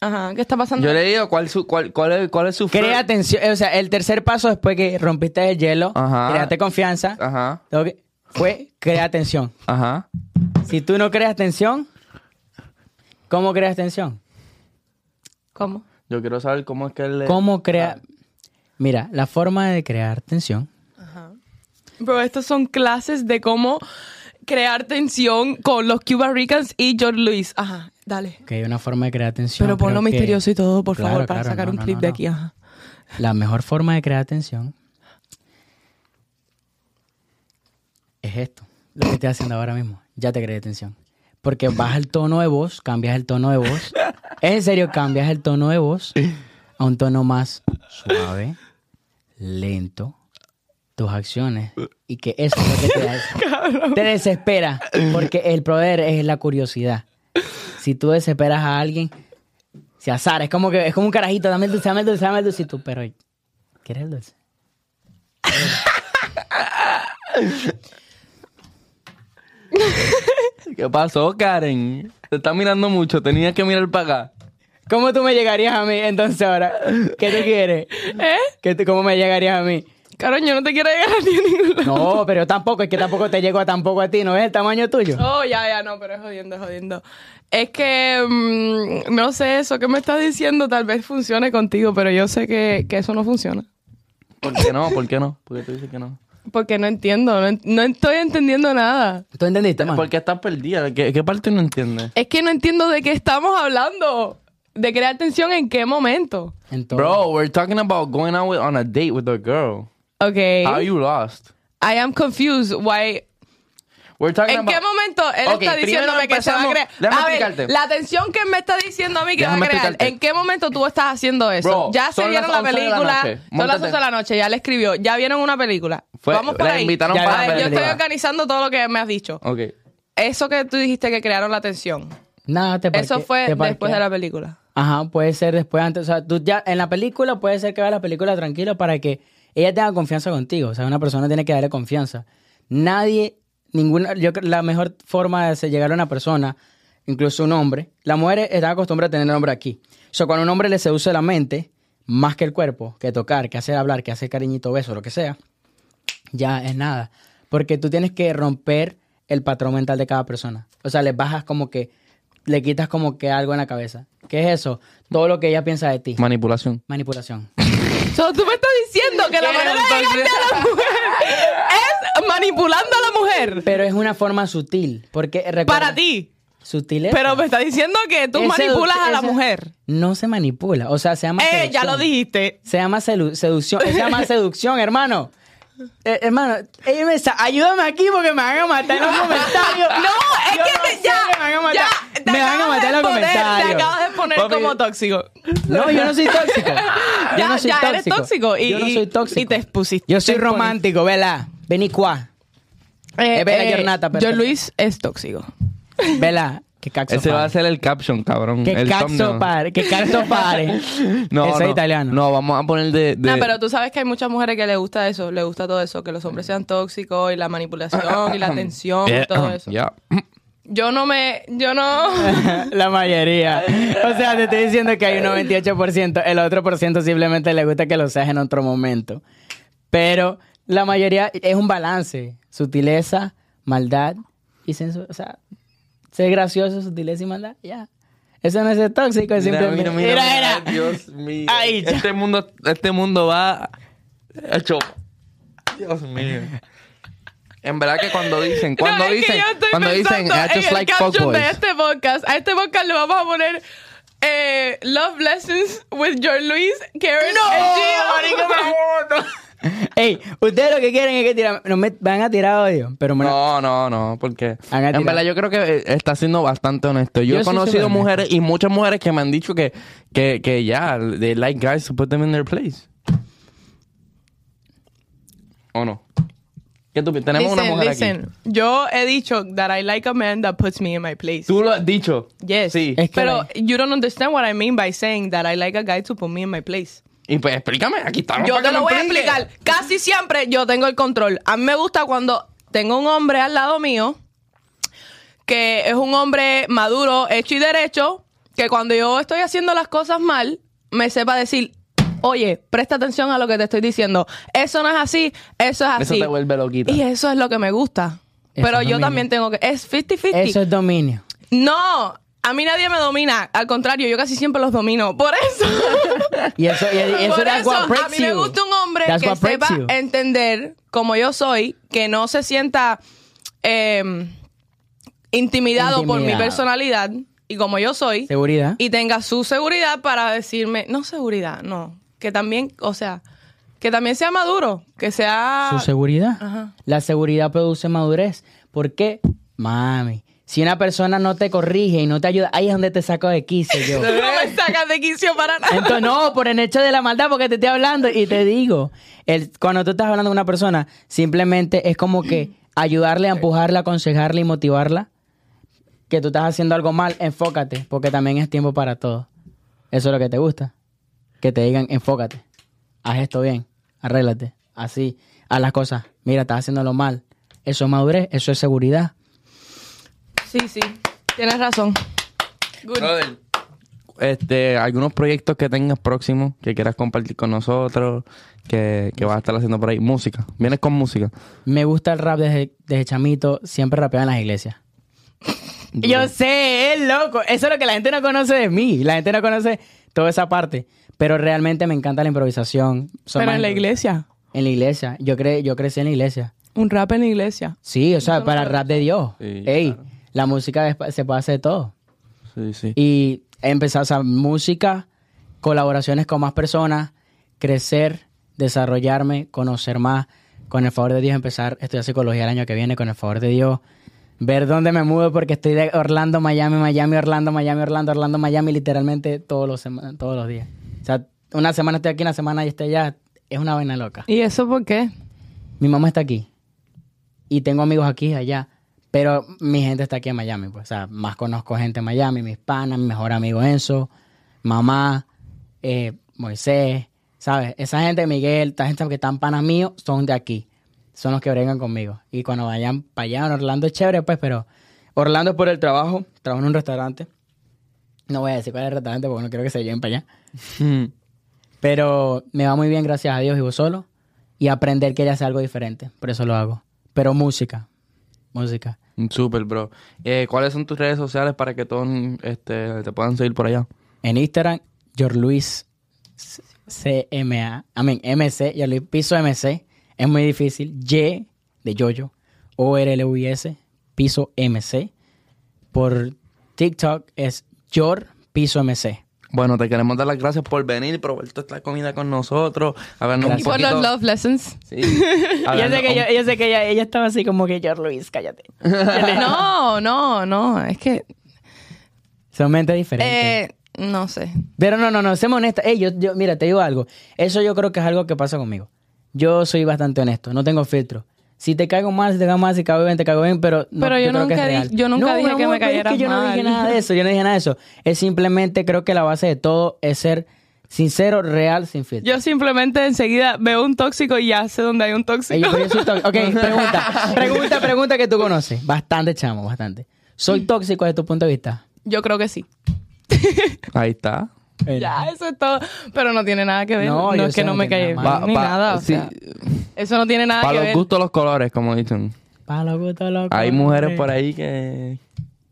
Ajá, ¿qué está pasando?
Yo le digo cuál, su, cuál, cuál, es, cuál es su. fir-
Crea atención. O sea, el tercer paso después que rompiste el hielo,
Ajá. Ah.
creaste confianza,
Ajá.
tengo que- fue crear tensión.
Ajá.
Si tú no creas tensión, ¿cómo creas tensión?
¿Cómo?
Yo quiero saber cómo es que él le.
¿Cómo crea? Mira, la forma de crear tensión.
Bro, estos son clases de cómo crear tensión con los Cuba Ricans y John Luis. Ajá, dale.
Que hay una forma de crear tensión.
Pero ponlo
creo que-
misterioso y todo, por
Claro,
favor, para
claro,
sacar
no,
un
no,
clip
no,
de
no.
aquí. Ajá.
La mejor forma de crear tensión es esto, lo que estoy haciendo ahora mismo. Ya te creé tensión. Porque baja el tono de voz, cambias el tono de voz. En serio, cambias el tono de voz a un tono más suave, lento, tus acciones. Y que eso es lo que te da eso. Te desespera, porque el poder es la curiosidad. Si tú desesperas a alguien, si azar, es como que es como un carajito, dame el dulce, dame el dulce, dame el dulce y tú, pero ¿quieres el dulce?
¿Qué pasó, Karen? Te está mirando mucho. Tenías que mirar para acá.
¿Cómo tú me llegarías a mí entonces ahora? ¿Qué tú quieres?
¿Eh?
¿Qué tú- ¿Cómo me llegarías a mí?
Caro, yo no te quiero llegar a ti a ningún lado.
No, pero tampoco, es que tampoco te llego a tampoco a ti, ¿no es el tamaño tuyo?
Oh, ya, ya, no, pero es jodiendo, es jodiendo. Es que mm, no sé eso que me estás diciendo, tal vez funcione contigo, pero yo sé que, que eso no funciona.
¿Por qué no? ¿Por qué no? ¿Por qué tú dices que no?
Porque no entiendo, no, en- no estoy entendiendo nada.
¿Tú entendiste, man?
¿Por qué estás perdida? ¿Qué, qué parte no entiendes?
Es que no entiendo de qué estamos hablando. De crear tensión en qué momento.
Entonces,
Bro, we're talking about going out with- on a date with a girl.
Ok.
¿Eh?
How are you lost?
I am confused why
We're talking
¿En
about-
qué momento él
Ok,
está
primero
diciéndome que se va a
empezamos-
crear?
Déjame
a ver,
explicarte.
la atención que él me está diciendo a mí que
Déjame
va a crear.
explicarte.
¿En qué momento tú estás haciendo eso?
Bro,
ya se
son
vieron
las
la
11 de la
película.
noche.
son las
Móntate.
11 de la noche, ya le escribió. Ya vieron una película.
Fue-
Vamos por
la
ahí.
invitaron
Ya,
para
a
la
ver, yo estoy
película.
organizando todo lo que me has dicho.
Ok.
Eso que tú dijiste que crearon la atención.
nada, te
Eso
parque-
fue
te
después
parquea.
de la película.
Ajá, puede ser después, antes. O sea, tú ya en la película puede ser que veas la película tranquilo para que ella tenga confianza contigo. O sea, una persona tiene que darle confianza. Nadie, ninguna, yo creo la mejor forma de hacer llegar a una persona, incluso un hombre, la mujer está acostumbrada a tener un hombre aquí. O sea, cuando a un hombre le seduce la mente, más que el cuerpo, que tocar, que hacer hablar, que hacer cariñito, beso, lo que sea, ya es nada. Porque tú tienes que romper el patrón mental de cada persona. O sea, le bajas como que, le quitas como que algo en la cabeza. ¿Qué es eso? Todo lo que ella piensa de ti.
Manipulación.
Manipulación.
So, tú me estás diciendo que la
¿Qué
manera de
entonces?
llegarle a la mujer es manipulando a la mujer.
Pero es una forma sutil. Porque recuerda-
Para ti.
Sutil es-
Pero me estás diciendo que tú
es sedu-
manipulas a la
es-
mujer.
No se manipula. O sea, se llama
Eh, ya
seducción.
lo dijiste.
Se llama selu- seducción. Se
<laughs>
llama seducción, hermano. Eh, hermano, ella me sa- ayúdame aquí porque me van a matar
<laughs>
en los comentarios.
No, es
Ah, Yo
que
no
te-
sé,
ya,
me van a matar.
ya, te
Me van a
acabas
matar
de
en los
poner-
comentarios.
Te acabas de poner
Papi,
como tóxico.
No, yo
<laughs>
no soy tóxico. Yo
ya,
no soy
ya
tóxico.
eres tóxico. Y,
yo no soy tóxico.
Y te expusiste.
Yo soy
Te
romántico, Eh, vela. Vení cuá.
expones.
Es Bella Giornata,
eh, John
perfecto.
Luis es tóxico.
Vela. Que caxo
Ese va a
pare.
ser el caption, cabrón.
Que
el
caxo
thumbnail.
pare. Que caxo pare.
<laughs> No,
Ese
no,
es italiano.
No, vamos a poner de. de-
No, pero tú sabes que hay muchas mujeres que les gusta eso, les gusta todo eso, que los hombres sean tóxicos y la manipulación
<coughs>
y la tensión y
Eh,
ah,
todo eso.
ya.
Yo no me, yo no,
<laughs> La mayoría. O sea, te estoy diciendo que hay un 98%. El otro por ciento simplemente le gusta que lo seas en otro momento. Pero la mayoría es un balance. Sutileza, maldad y sensualidad. O sea, ser gracioso, sutileza y maldad. Ya. Eso no es ser tóxico, es
Mira,
simplemente.
mira, mira, mira, Dios mío.
Ahí ya.
este mundo, este mundo va hecho. Dios mío. En verdad que cuando dicen, <laughs> cuando
No, es que
dicen,
yo estoy
cuando dicen,
pensando
I
en
just
el
like
caption de
fuckboys.
este podcast. A este podcast le vamos a poner eh, Love Lessons with Your Luis, Karen
Oh,
and
<laughs>
Gio.
Ey, ustedes lo que quieren es que tiran. No me van a tirar odio, pero me
No, no, no, porque
Han
en
atirado.
verdad yo creo que eh, está siendo bastante honesto. Yo,
Yo
he
sí soy
conocido
honesto.
mujeres y muchas mujeres que me han dicho que, que, que ya, they like guys to put them in their place. ¿O no? ¿Qué tú pi- Tenemos una
Listen,
mujer aquí.
listen. Yo he dicho that I like a man that puts me in my place.
Tú lo has dicho.
Yes.
Sí.
Es que
Pero
la-
you don't understand what I mean by saying that I like a guy to put me in my place.
Y pues explícame, aquí estamos.
Yo
para
te
que
lo
me
voy a
expliques.
explicar. Casi siempre yo tengo el control. A mí me gusta cuando tengo un hombre al lado mío que es un hombre maduro, hecho y derecho, que cuando yo estoy haciendo las cosas mal, me sepa decir, oye, presta atención a lo que te estoy diciendo. Eso no es así, eso es
Eso
así.
te vuelve loquita.
Ah, y eso es lo que me gusta.
Eso
Pero
es
yo
dominio.
también tengo que... Es 50-50.
Eso es dominio.
No, a mí nadie me domina. Al contrario, yo casi siempre los domino. Por
<laughs>
eso...
Y eso, y, y eso
Por
that's
eso,
what
a mí
breaks
me
you.
gusta un hombre
That's
que
what breaks
sepa
you.
entender como yo soy, que no se sienta eh, intimidado, por mi
Intimidado.
personalidad y como yo soy,
Seguridad.
y tenga su seguridad para decirme, no seguridad, no, que también, o sea, que también sea maduro, que sea...
Su seguridad.
Ajá.
La seguridad produce madurez. ¿Por qué? Mami. Si una persona no te corrige y no te ayuda, ahí es donde te saco de quicio yo.
no me sacas de quicio para nada.
Entonces, no, por el hecho de la maldad, porque te estoy hablando y te digo, el, cuando tú estás hablando con una persona, simplemente es como que ayudarle, empujarla, aconsejarla y motivarla. Que tú estás haciendo algo mal, enfócate, porque también es tiempo para todo. Eso es lo que te gusta. Que te digan, enfócate, haz esto bien, arréglate, así, haz las cosas. Mira, estás haciéndolo mal. Eso es madurez, eso es seguridad.
Sí, sí, tienes razón. Good.
Brother, Este, algunos proyectos que tengas próximos que quieras compartir con nosotros, que, que vas a estar haciendo por ahí. Música. Vienes con música.
Me gusta el rap desde, desde chamito, siempre rapeaba en las iglesias. Yo sé, es loco. Eso es lo que la gente no conoce de mí. La gente no conoce toda esa parte. Pero realmente me encanta la improvisación. Soy
Pero
más
en la
impro-
iglesia,
En la iglesia. Yo, cre yo crecí en la iglesia.
un rap en la iglesia.
Sí, o sea, para el rap de Dios.
Sí,
Ey, la música es- se puede hacer de todo.
Sí, sí.
Y empezar, o sea, música, colaboraciones con más personas, crecer, desarrollarme, conocer más. Con el favor de Dios, empezar a estudiar psicología el año que viene, con el favor de Dios. Ver dónde me mudo, porque estoy de Orlando, Miami, Miami, Orlando, Miami, Orlando, Orlando, Miami, literalmente todos los, sema- todos los días. O sea, una semana estoy aquí, una semana y estoy allá. Es una vaina loca.
¿Y eso por qué?
Mi mamá está aquí. Y tengo amigos aquí y allá. Pero mi gente está aquí en Miami. Pues. O sea, más conozco gente en Miami. Mis panas, mi mejor amigo Enzo, mamá, eh, Moisés. ¿Sabes? Esa gente, Miguel, esta gente que están panas míos, son de aquí. Son los que bregan conmigo. Y cuando vayan para allá, en Orlando es chévere, pues, pero Orlando es por el trabajo. Trabajo en un restaurante. No voy a decir cuál es el restaurante porque no quiero que se lleven para allá.
Mm.
Pero me va muy bien, gracias a Dios, vivo solo. Y aprender que ella hace algo diferente. Por eso lo hago. Pero música. Música.
Súper, bro. Eh, ¿Cuáles son tus redes sociales para que todos este, te puedan seguir por allá?
En Instagram, Luis CMA. I mean, MC. Yorluis Piso MC. Es muy difícil. Y de Yoyo. O R L U I S. Piso MC. Por TikTok es Yor Piso MC.
Bueno, te queremos dar las gracias por venir, probar toda esta comida con nosotros. Hablarnos
Y
un
por
poquito.
los love lessons. <laughs>
Sí. Hablarnos un-
yo sé que ella, ella estaba así como que Yor Luis, cállate.
No, no, no. Es que.
Son mentes diferentes.
Eh, no sé.
Pero no, no, no, seamos honestos. Ey, yo, yo- mira, te digo algo. Eso yo creo que es algo que pasa conmigo. Yo soy bastante honesto, no tengo filtro. Si te caigo mal, si te caigo mal, si caigo bien, te caigo bien, pero no,
Pero yo
creo que es
nunca di-
real.
yo nunca
No,
dije que
mi
me
amor, pero es
cayeras
yo no dije
mal.
nada de eso, yo no dije nada de eso. Es simplemente creo que la base de todo es ser sincero, real, sin filtro.
Yo simplemente enseguida veo un tóxico y ya sé dónde hay un
Ey,
tóxico.
pero yo soy tóxico. Ok, pregunta, pregunta, pregunta que tú conoces. Bastante chamo, bastante. ¿Soy tóxico desde tu punto de vista?
<laughs> Yo creo que sí.
Ahí está.
Ya, eso es todo. Pero no tiene nada que ver.
No,
No,
yo
es
sé,
que no
no
me cae
tiene nada
bien
malo.
ni
Pa- pa-
nada. o
sí.
sea, eso no tiene nada
Para
que
los
ver.
gustos, los colores, como dicen.
Pa' lo gusto, loco.
Hay mujeres por ahí que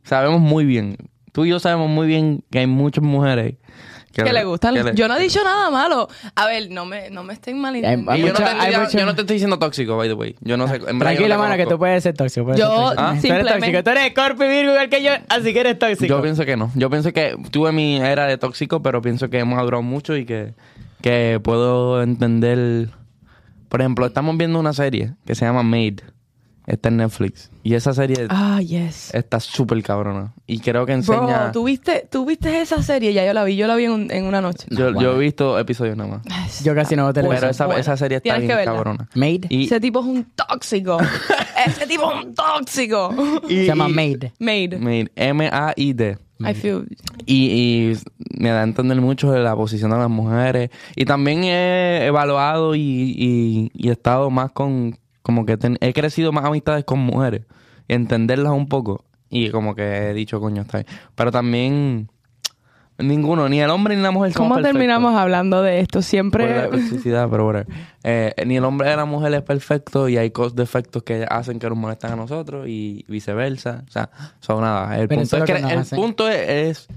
sabemos muy bien. Tú y yo sabemos muy bien que hay muchas mujeres
que le gustan.
que le-
Yo no he dicho nada malo. A
ver, no me, no me estén
Hay- hay
Y Ah, yo,
mucha-
no tengo
hay
idea-
mucha-
yo no te estoy diciendo tóxico, by the way. Yo no sé. en verdad, yo no te
Tranquila, mana, que
conozco.
tú puedes ser tóxico. puedes
Yo
ser tóxico. Tú eres
simplemente-
tóxico. Tú eres Scorpio y Virgo igual que yo, así que eres tóxico.
Yo pienso que no. Yo pienso que tuve mi era de tóxico, pero pienso que hemos madurado mucho y que, que puedo entender. Por ejemplo, estamos viendo una serie que se llama Made. Está en Netflix. Y esa serie
Ah, yes.
está súper cabrona. Y creo que
Bro,
enseña.
¿tú viste, tú viste esa serie, ya yo la vi, yo la vi en, un- en una noche.
Yo, yo he visto episodios nada más.
Yo casi no veo
Pero
televisión.
esa,
buena.
esa serie está
Pues Tienes que
bien
verla.
cabrona.
Made.
Y,
Ese tipo es un tóxico. Ese tipo es un tóxico.
Se llama Made.
Made.
Made, M-A-I-D.
I feel.
Y, y me da a entender mucho de la posición de las mujeres. Y también he evaluado y, y- y he estado más con, como que ten- he crecido más amistades con mujeres. Entenderlas un poco. Y como que he dicho, coño, está bien. Pero también ninguno, ni el hombre ni la mujer somos
¿Cómo
perfectos.
terminamos hablando de esto?
Por
Siempre.
la toxicidad, pero bueno. Eh, ni el hombre ni la mujer es perfecto y hay cos defectos que hacen que nos molestan a nosotros y viceversa. O sea, son nada. El
Pero
punto
eso
es,
es lo que
querer-
nos
el
hacen.
punto es- es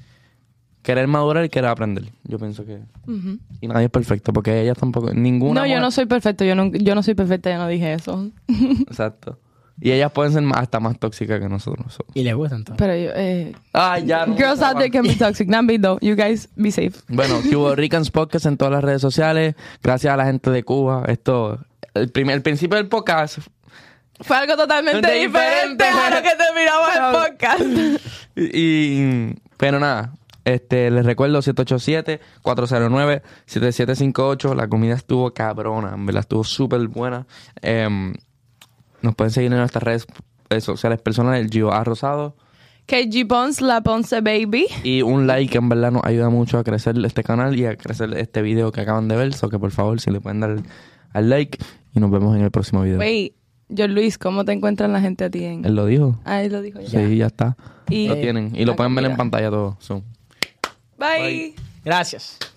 querer madurar y querer aprender. Yo pienso que...
Ujú.
Y nadie es perfecto porque ellas tampoco... Ninguna
No, yo
mujer-
no soy perfecto, yo no, yo no soy perfecta, yo no dije eso.
Exacto. Y ellas pueden ser más- hasta más tóxicas que nosotros somos.
Y le gustan todos.
Pero yo, eh,
Ah, ya. no me
girls out
salvan.
there can be toxic, not be though. You guys be safe.
<laughs> Bueno, Cubo Ricans Podcast en todas las redes sociales. Gracias a la gente de Cuba. Esto... El, primer, el principio del podcast
Fue algo totalmente
De
diferente
diferente.
a lo que terminamos el podcast.
Y, y- pero nada, este les recuerdo 787 409 7758, la comida estuvo cabrona, en verdad estuvo súper buena. Em, nos pueden seguir en nuestras redes eh, sociales personales, Gio A Rosado
KG Pons, La Ponce Baby.
y un like en verdad nos ayuda mucho a crecer este canal y a crecer este video que acaban de ver, so que por favor si le pueden dar al like y nos vemos en el próximo video.
Wey, yo Luis, ¿cómo te encuentran la gente a ti en?
Él lo dijo.
Ah, él lo dijo ya.
Sí, ya está.
Y-
lo tienen y
la
lo pueden ver en
comida.
pantalla todo. so.
Bye.
Gracias.